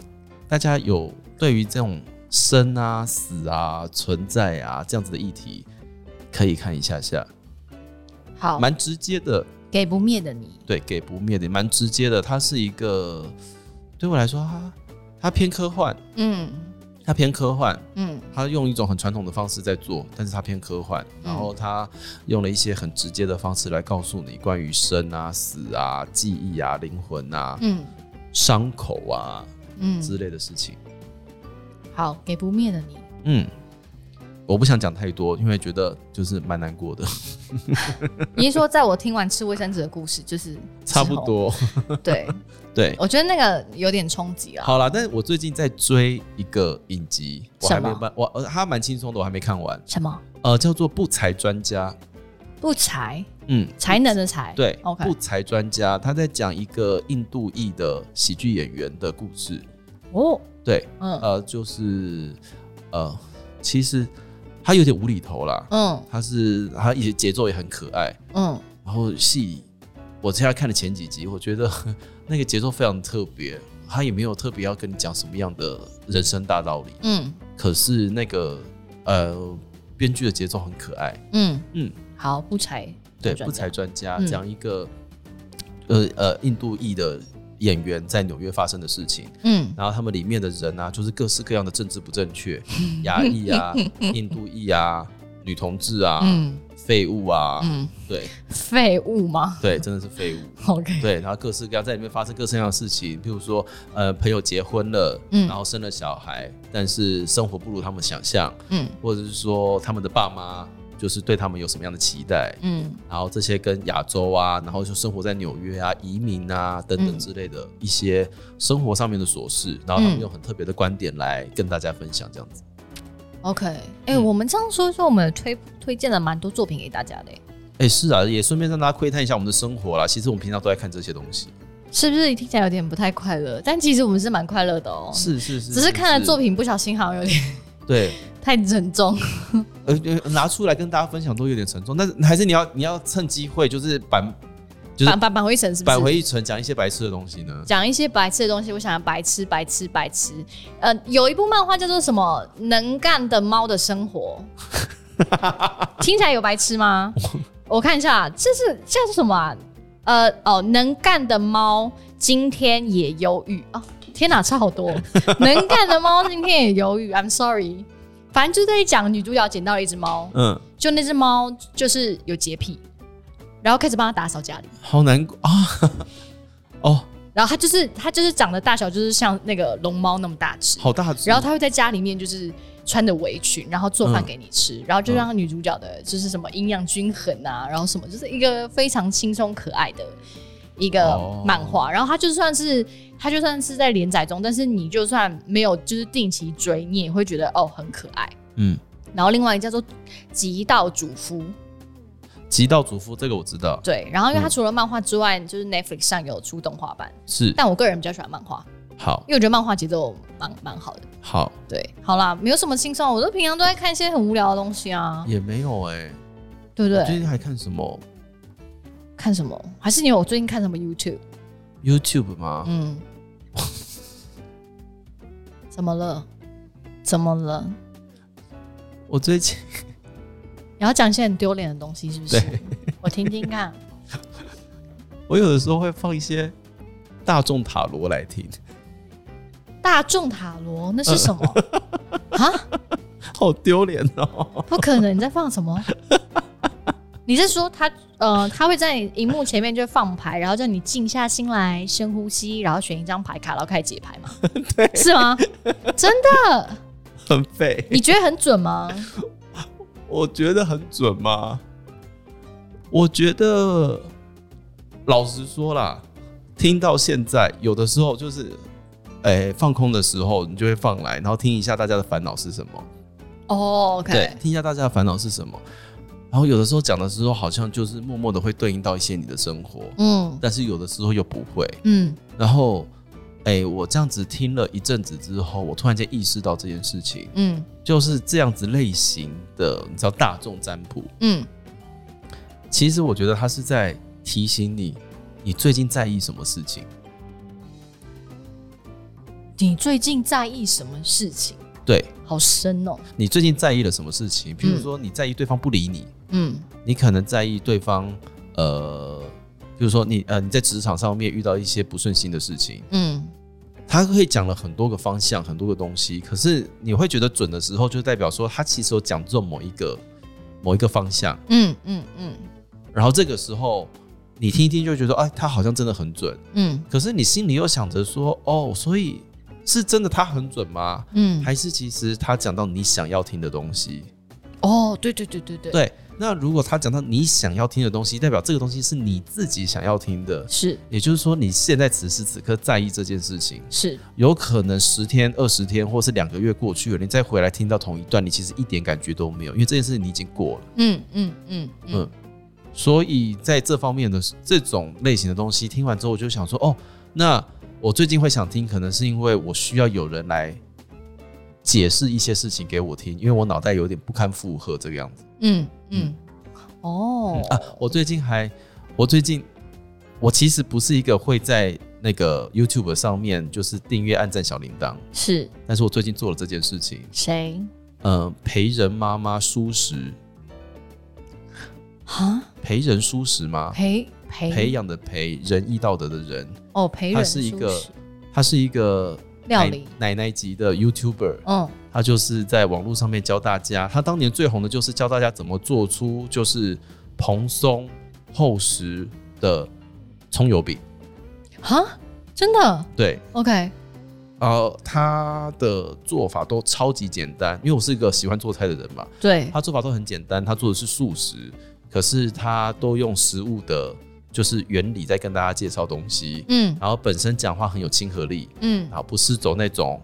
B: 大家有对于这种生啊、死啊、存在啊这样子的议题，可以看一下下，
A: 好，
B: 蛮直接的，
A: 给不灭的你。
B: 对，给不灭的蛮直接的，它是一个对我来说，它它偏科幻，
A: 嗯
B: 它偏科幻，
A: 嗯，
B: 他用一种很传统的方式在做，但是他偏科幻，然后他用了一些很直接的方式来告诉你关于生啊、死啊、记忆啊、灵魂啊、
A: 嗯
B: 伤口啊
A: 嗯，
B: 之类的事情。
A: 好，给不灭的你。
B: 嗯，我不想讲太多，因为觉得就是蛮难 过的，
A: 你是说在我听完吃卫生纸的故事，就是
B: 差不
A: 之后？
B: 多。
A: 对，
B: 对，
A: 我觉得那个有点冲击啊了。
B: 好啦，但是我最近在追一个影集，我还没有办，我呃，它蛮轻松的，我还没看完。
A: 什么
B: 呃，叫做《不才专家》。
A: 不才
B: 嗯，
A: 才能的才？
B: 对
A: ，OK，
B: 不才专家，他在讲一个印度裔的喜剧演员的故事。
A: 哦，
B: 对，
A: 嗯
B: 呃，就是呃，其实他有点无厘头啦，
A: 嗯
B: 他是他也节奏也很可爱，
A: 嗯，
B: 然后戏我现在看了前几集，我觉得 那个节奏非常特别，他也没有特别要跟你讲什么样的人生大道理，
A: 嗯
B: 可是那个呃编剧的节奏很可爱，
A: 嗯
B: 嗯
A: 嗯，好，不才
B: 对，
A: 专家
B: 不才专家
A: 嗯
B: 讲一个呃呃印度裔的演员在纽约发生的事情，
A: 嗯
B: 然后他们里面的人啊，就是各式各样的政治不正 确，亚裔啊、印度裔啊、女同志啊、
A: 嗯
B: 废物啊，
A: 嗯，
B: 对
A: 废物吗
B: 对，真的是废物。
A: ？OK，
B: 对，然后各式各样在里面发生各式各样的事情，譬如说，呃，朋友结婚了，
A: 嗯
B: 然后生了小孩，但是生活不如他们想象，
A: 嗯
B: 或者是说他们的爸妈就是对他们有什么样的期待，
A: 嗯
B: 然后这些跟亚洲啊，然后就生活在纽约啊、移民啊等等
A: 嗯
B: 之类的一些生活上面的琐事，然后他们
A: 嗯
B: 用很特别的观点来跟大家分享这样子。
A: ，OK，哎、
B: 嗯
A: 我们这样说一说，我们推推荐了蛮多作品给大家的、欸
B: 哎、是啊，也顺便让大家窥探一下我们的生活啦。其实我们平常都在看这些东西。
A: 是不是听起来有点不太快乐？但其实我们是蛮快乐的哦、
B: 是是是，
A: 只是看了作品不小心好像有点
B: 对，
A: 太沉重。
B: 呃，呃拿出来跟大家分享都有点沉重，但是还是你要你要趁机会就是扳就是
A: 板板板回城是不
B: 扳
A: 是？
B: 回一城，讲一些白痴的东西呢。
A: 讲一些白痴的东西，我想要白痴白痴白痴。呃，有一部漫画叫做什么《能干的猫的生活》，听起来有白痴吗？我看一下，这是叫做什么、啊？呃，哦，能干的猫今天也忧郁哦，天哪，差好多！能干的猫今天也忧郁，I'm sorry。反正就在讲女主角捡到了一只猫，
B: 嗯，
A: 就那只猫就是有洁癖，然后开始帮它打扫家里。
B: 好难过啊！ 哦，
A: 然后它就是它就是长的大小就是像那个龙猫那么大只，
B: 好大只。
A: 然后它会在家里面就是穿着围裙，然后做饭
B: 嗯
A: 给你吃，然后就让女主角的就是什么营养均衡啊，然后什么就是一个非常轻松可爱的一个
B: 哦
A: 漫画。然后它就算是它就算是在连载中，但是你就算没有就是定期追，你也会觉得哦很可爱。
B: 嗯，
A: 然后另外一个叫做《极道主夫》，
B: 极道主夫这个我知道，
A: 对，然后因为它
B: 嗯
A: 除了漫画之外，就是 Netflix 上有出动画版，
B: 是
A: 但我个人比较喜欢漫画，
B: 好
A: 因为我觉得漫画节奏蛮蛮好的。
B: 好
A: 对，好啦，没有什么轻松，我都平常都在看一些很无聊的东西啊，
B: 也没有哎、
A: 对不
B: 我最
A: 对？
B: 近还看什么
A: 看什么？还是你有最近看什么 YouTube？
B: YouTube 吗？
A: 嗯，怎么了？怎么了？
B: 我最近
A: 你要讲一些很丢脸的东西是不是？我听听看。
B: 我有的时候会放一些大众塔罗来听，
A: 大众塔罗那是什么？啊？
B: 好丢脸哦！
A: 不可能，你在放什么？ 你是说他呃，他会在荧幕前面就放牌，然后叫你静下心来，深呼吸，然后选一张牌卡，然后开始解牌吗？ 对，是吗？真的？
B: 很废，
A: 你觉得很准吗？
B: 我觉得很准吗？我觉得，老实说啦，听到现在，有的时候就是，哎、放空的时候，你就会放来，然后听一下大家的烦恼是什么。
A: 哦，OK、o
B: 对
A: k，
B: 听一下大家的烦恼是什么。然后有的时候讲的时候，好像就是默默的会对应到一些你的生活，
A: 嗯
B: 但是有的时候又不会。
A: 嗯
B: 然后，哎、我这样子听了一阵子之后，我突然间意识到这件事情，
A: 嗯
B: 就是这样子类型的，你知道大众占卜，
A: 嗯，
B: 其实我觉得它是在提醒你，你最近在意什么事情。
A: 你最近在意什么事情？
B: 对
A: 好深哦。
B: 你最近在意了什么事情？比如说你在意对方不理你，
A: 嗯
B: 你可能在意对方，呃，比如说你呃你在职场上面遇到一些不顺心的事情，
A: 嗯
B: 他会讲了很多个方向，很多个东西，可是你会觉得准的时候，就代表说他其实有讲中某一个某一个方向，
A: 嗯嗯嗯
B: 然后这个时候你听一听就觉得，哎，他好像真的很准，
A: 嗯
B: 可是你心里又想着说，哦，所以是真的他很准吗？
A: 嗯，
B: 还是其实他讲到你想要听的东西？
A: 哦，对对对对对，
B: 对，那如果他讲到你想要听的东西，代表这个东西是你自己想要听的，
A: 是
B: 也就是说，你现在此时此刻在意这件事情，
A: 是，
B: 有可能十天、二十天，或是两个月过去了，你再回来听到同一段，你其实一点感觉都没有，因为这件事你已经过了。
A: 嗯嗯嗯嗯
B: 嗯，所以在这方面的这种类型的东西，听完之后我就想说，哦，那我最近会想听，可能是因为我需要有人来解释一些事情给我听，因为我脑袋有点不堪负荷这个样子。
A: 嗯嗯，哦，
B: 啊，我最近还，我最近，我其实不是一个会在那个 YouTube 上面就是订阅、按赞小铃铛，
A: 是
B: 但是我最近做了这件事情，
A: 谁
B: 嗯、陪人妈妈舒适，
A: 啊？
B: 陪人舒适吗？
A: 培培
B: 培养的培，仁义道德的仁，
A: 哦，培
B: 它
A: 人
B: 是一
A: 素
B: 个
A: 食
B: 她是一个
A: 料
B: 奶
A: 理，
B: 奶奶级的 YouTuber，
A: 嗯
B: 她就是在网络上面教大家，她当年最红的就是教大家怎么做出就是蓬松厚实的葱油饼，
A: 哈，真的
B: 对。
A: OK，
B: 呃，他的做法都超级简单，因为我是一个喜欢做菜的人嘛，
A: 对，
B: 他做法都很简单，他做的是素食，可是他都用食物的，就是原理在跟大家介绍东西，
A: 嗯
B: 然后本身讲话很有亲和力，
A: 嗯
B: 然，后不是走那种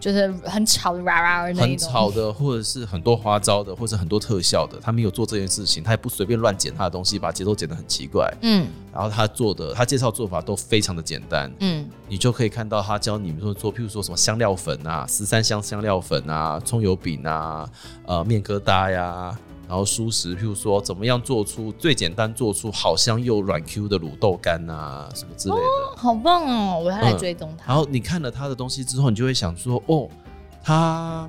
A: 就是很吵的啦啦的那一
B: 很
A: 种，
B: 吵的，或者是很多花招的，或者很多特效的，他没有做这件事情，他也不随便乱剪他的东西，把节奏剪得很奇怪，
A: 嗯
B: 然后他做的，他介绍做法都非常的简单，
A: 嗯
B: 你就可以看到他教你们说做，譬如说什么香料粉啊、十三香香料粉啊、葱油饼啊、呃面疙瘩呀、然后蔬食，譬如说怎么样做出最简单做出好香又软 Q 的卤豆干啊什么之类的。
A: 好棒哦！我要来
B: 嗯
A: 追踪他。
B: 然后你看了他的东西之后，你就会想说，哦，他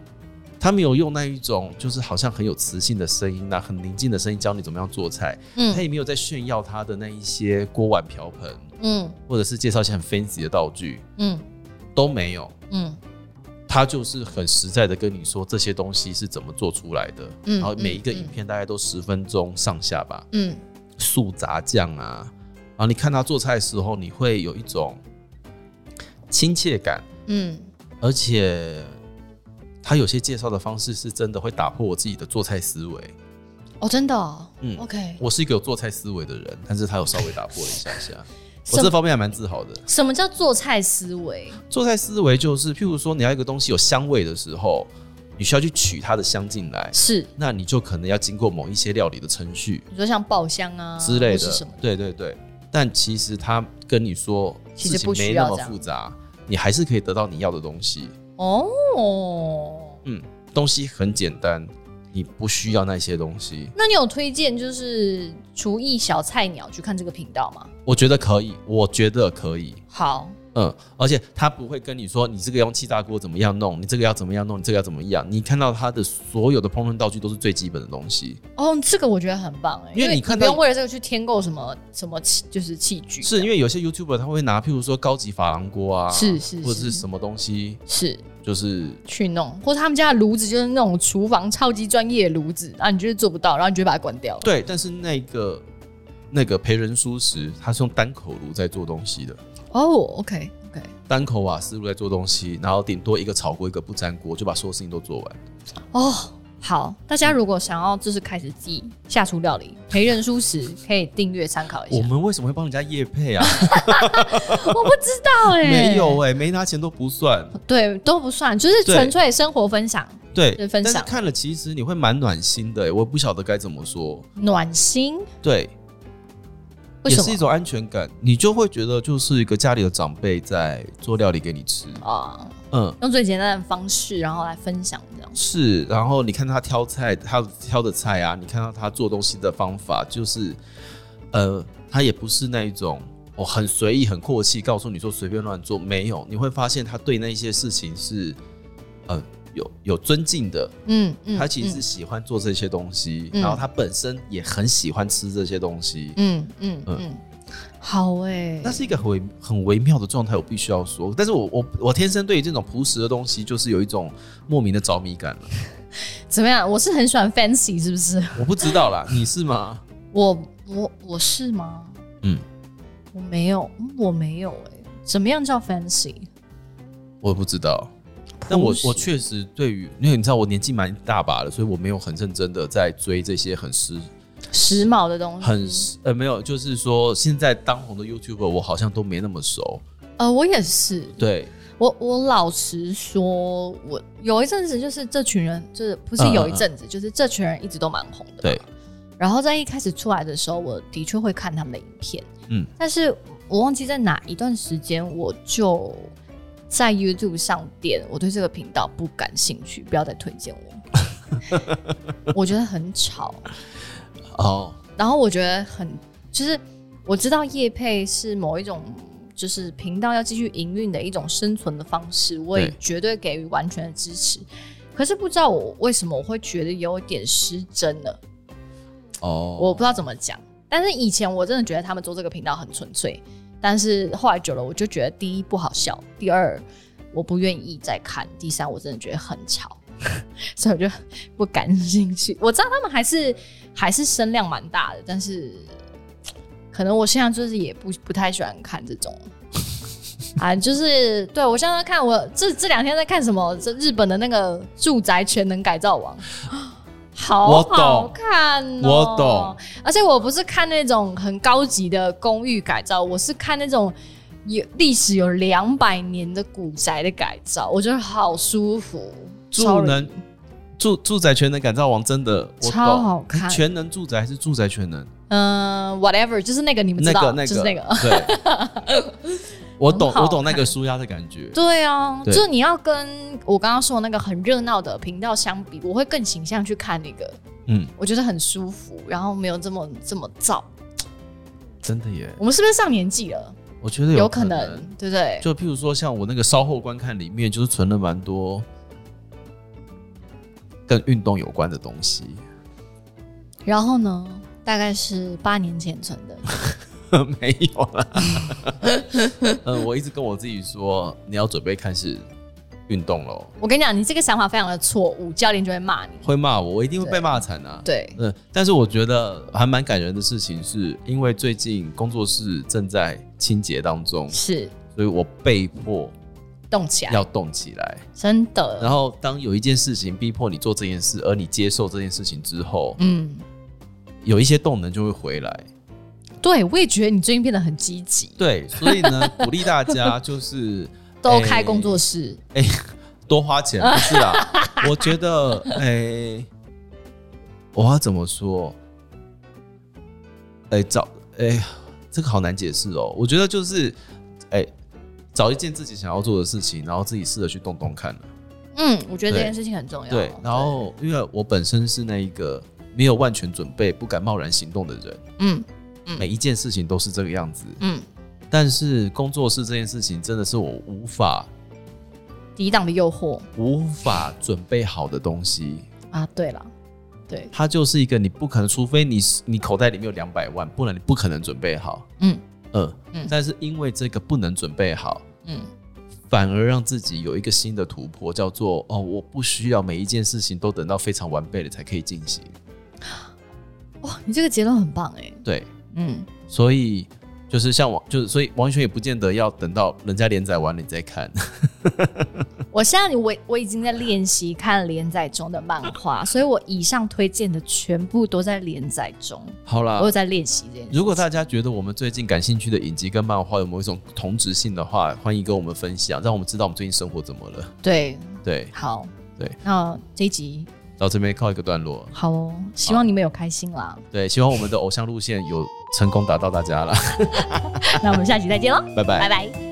B: 他没有用那一种就是好像很有磁性的声音啊，很宁静的声音教你怎么样做菜，他
A: 嗯
B: 也没有在炫耀他的那一些锅碗瓢盆，
A: 嗯
B: 或者是介绍一些很 fancy 的道具
A: 嗯
B: 都没有。
A: 嗯
B: 他就是很实在的跟你说这些东西是怎么做出来的，
A: 嗯
B: 然后每一个
A: 嗯嗯
B: 影片大概都十分钟上下吧，
A: 嗯，
B: 素杂酱啊，然后你看他做菜的时候，你会有一种亲切感，
A: 嗯，
B: 而且他有些介绍的方式是真的会打破我自己的做菜思维。
A: 哦，真的、哦，
B: 嗯
A: OK。
B: 我是一个有做菜思维的人，但是他有稍微打破了一下 下，
A: 什
B: 我
A: 么
B: 这方面还蛮自豪的。
A: 什么叫做菜思维？
B: 做菜思维就是，譬如说你要一个东西有香味的时候，你需要去取它的香进来。
A: 是
B: 那你就可能要经过某一些料理的程序
A: 你说像爆香啊
B: 之
A: 或
B: 类的，
A: 是什么的？
B: 对对对。但其实他跟你说
A: 其
B: 事
A: 实
B: 情
A: 不需
B: 没那
A: 要
B: 么
A: 这样
B: 复杂，你还是可以得到你要的东西。
A: 哦，
B: 东西很简单，你不需要那些东西。
A: 那你有推荐就是厨艺小菜鸟去看这个频道吗？
B: 我觉得可以，我觉得可以。
A: 好，
B: 嗯，而且他不会跟你说你这个用气炸锅怎么样弄，你这个要怎么样弄，你这个要怎么样。你看到他的所有的烹饪道具都是最基本的东西，
A: 哦，这个我觉得很棒哎、
B: 因为你看
A: 不
B: 到
A: 用为了这个去添购什么什么器，就是器具，
B: 是因为有些 YouTuber 他会拿，譬如说高级珐琅锅啊，
A: 是是
B: 或者
A: 是
B: 是什么东西，
A: 是
B: 就是
A: 去弄，或者他们家的炉子就是那种厨房超级专业的炉子，然后你就是做不到，然后你就会把它关掉。
B: 对，但是那个那个陪人舒适，他是用单口炉在做东西的，
A: 哦，OK，OK、o k OK，
B: 单口瓦斯炉在做东西，然后顶多一个炒锅一个不粘锅，就把所有事情都做完。
A: 哦、好，大家如果想要就是开始自己下厨料理，陪人舒适可以订阅参考一
B: 我
A: 下。
B: 们为什么会帮人家夜配啊？
A: 我不知道哎、
B: 没有哎、没拿钱都不算。
A: 对，都不算，就是
B: 对
A: 纯粹生活分享，
B: 对
A: 对，分
B: 但是
A: 享
B: 看了其实你会蛮暖心的、欸，我不晓得该怎么说。
A: 暖心。
B: 对，
A: 为
B: 也
A: 什
B: 是一
A: 么
B: 种安全感，你就会觉得就是一个家里的长辈在做料理给你吃。
A: 啊？
B: 嗯，
A: 用最简单的方式，然后来分享这样。
B: 是，然后你看他挑菜，他挑的菜啊，你看到他做东西的方法，就是，呃，他也不是那一种哦很随意、很阔气，告诉你说随便乱做，没有，你会发现他对那些事情是，呃，有有尊敬的，
A: 嗯嗯，
B: 他其实是喜欢做这些东西，
A: 嗯
B: 然后他本身也很喜欢吃这些东西，
A: 嗯嗯嗯嗯，好哎、
B: 那是一个很微很微妙的状态，我必须要说，但是我我我天生对于这种朴实的东西，就是有一种莫名的着迷感了，啊
A: 怎么样？我是很喜欢 fancy，是不是？
B: 我不知道啦，你是吗？
A: 我我我是吗？
B: 嗯，
A: 我欸没有，我没有哎、怎么样叫 fancy？
B: 我也不知道，但我
A: 朴实
B: 我确实对于，因为你知道我年纪蛮大把了，所以我没有很认真的在追这些很时
A: 嗯时髦的东西，
B: 很呃没有，就是说现在当红的 YouTuber 我好像都没那么熟。
A: 呃，我也是，
B: 对，
A: 我我老实说，我有一阵子就是这群人，就是不是
B: 嗯嗯
A: 有一
B: 嗯
A: 阵子，就是这群人一直都蛮红的。
B: 对。
A: 然后在一开始出来的时候，我的确会看他们的影片，
B: 嗯，
A: 但是我忘记在哪一段时间，我就在 YouTube 上点，我对这个频道不感兴趣，不要再推荐 我，我觉得很吵，
B: 哦，
A: 然后我觉得很就是我知道叶配是某一种就是频道要继续营运的一种生存的方式，我也
B: 对
A: 绝对给予完全的支持。可是不知道我为什么我会觉得有点失真了，
B: 哦，
A: 我不知道怎么讲。但是以前我真的觉得他们做这个频道很纯粹，但是后来久了我就觉得第一不好笑，第二我不愿意再看，第三我真的觉得很吵， 所以我就不感兴趣。我知 道他们还是还是声量蛮大的，但是可能我现在就是也不不太喜欢看这种。 啊，就是对我现在在看我这这两天在看什么？这日本的那个住宅全能改造王， 好
B: 我懂
A: 好看哦、
B: 我懂。
A: 而且我不是看那种很高级的公寓改造，我是看那种有历史有两百年的古宅的改造，我觉得好舒服，超
B: 住能住住宅全能改造王真的我
A: 超
B: 懂
A: 好看
B: 全能住宅还是住宅全能？
A: 嗯、w h a t e v e r 就是那个你们知
B: 那
A: 道，
B: 个那个
A: 就是那个，
B: 对，我懂
A: 很好
B: 我懂那个舒压的感觉。
A: 对啊，
B: 对
A: 就是你要跟我刚刚说的那个很热闹的频道相比，我会更倾向去看那个，
B: 嗯，
A: 我觉得很舒服，然后没有这么这么燥。
B: 真的耶，
A: 我们是不是上年纪了？
B: 我觉得
A: 有
B: 可
A: 可能，对不对？
B: 就譬如说，像我那个稍后观看里面，就是存了蛮多跟运动有关的东西，
A: 然后呢，大概是八年前存的，
B: 没有 啦。嗯，我一直跟我自己说，你要准备开始运动喽，
A: 我跟你讲，你这个想法非常的错误，教练就会骂你。
B: 会骂我，我一定会被骂惨啊。
A: 对，
B: 嗯，但是我觉得还蛮感人的事情，是因为最近工作室正在清洁当中，
A: 是
B: 所以我被迫
A: 动起来，
B: 要动起来。
A: 真的。
B: 然后，当有一件事情逼迫你做这件事，而你接受这件事情之后，
A: 嗯，
B: 有一些动能就会回来。
A: 对，我也觉得你最近变得很积极，
B: 对，所以呢，鼓励大家就是
A: 都开工作室，
B: 多花 钱，不是啦。我觉得，哎、我要怎么说？哎、找哎、这个好难解释哦。我觉得就是，哎、找一件自己想要做的事情，然后自己试着去动动看啊
A: 嗯，我觉得这
B: 对
A: 件事情很重要。
B: 对，然后因为我本身是那一个没有万全准备、不敢贸然行动的人，
A: 对，嗯嗯
B: 每一件事情都是这个样子。
A: 嗯，
B: 但是工作室这件事情真的是我无法
A: 抵挡的诱惑
B: 无法准备好的东西，
A: 啊，对了，对，
B: 它就是一个你不可能，除非你是你口袋里面有两百万，不然你不可能准备好。
A: 嗯
B: 嗯
A: 嗯
B: 但是因为这个不能准备好，
A: 嗯，
B: 反而让自己有一个新的突破，叫做哦，我不需要每一件事情都等到非常完备了才可以进行。
A: 哇，你这个结论很棒哎，
B: 对，
A: 嗯，
B: 所以就是像王，就是所以王轩也不见得要等到人家连载完了你再看。
A: 我现在我我已经在练习看连载中的漫画，所以我以上推荐的全部都在连载中，
B: 好啦
A: 我有，在练习这件事。
B: 啊如果大家觉得我们最近感兴趣的影集跟漫画有某一种同质性的话，欢迎跟我们分享，让我们知道我们最近生活怎么了。
A: 对，
B: 对，
A: 好，
B: 对，
A: 那这一集
B: 到这边告一个段落。
A: 好哦，希望你们有开心啦。
B: 对，希望我们的偶像路线有成功达到大家了，
A: 那我们下期再见喽，
B: 拜
A: 拜。
B: 拜
A: 拜。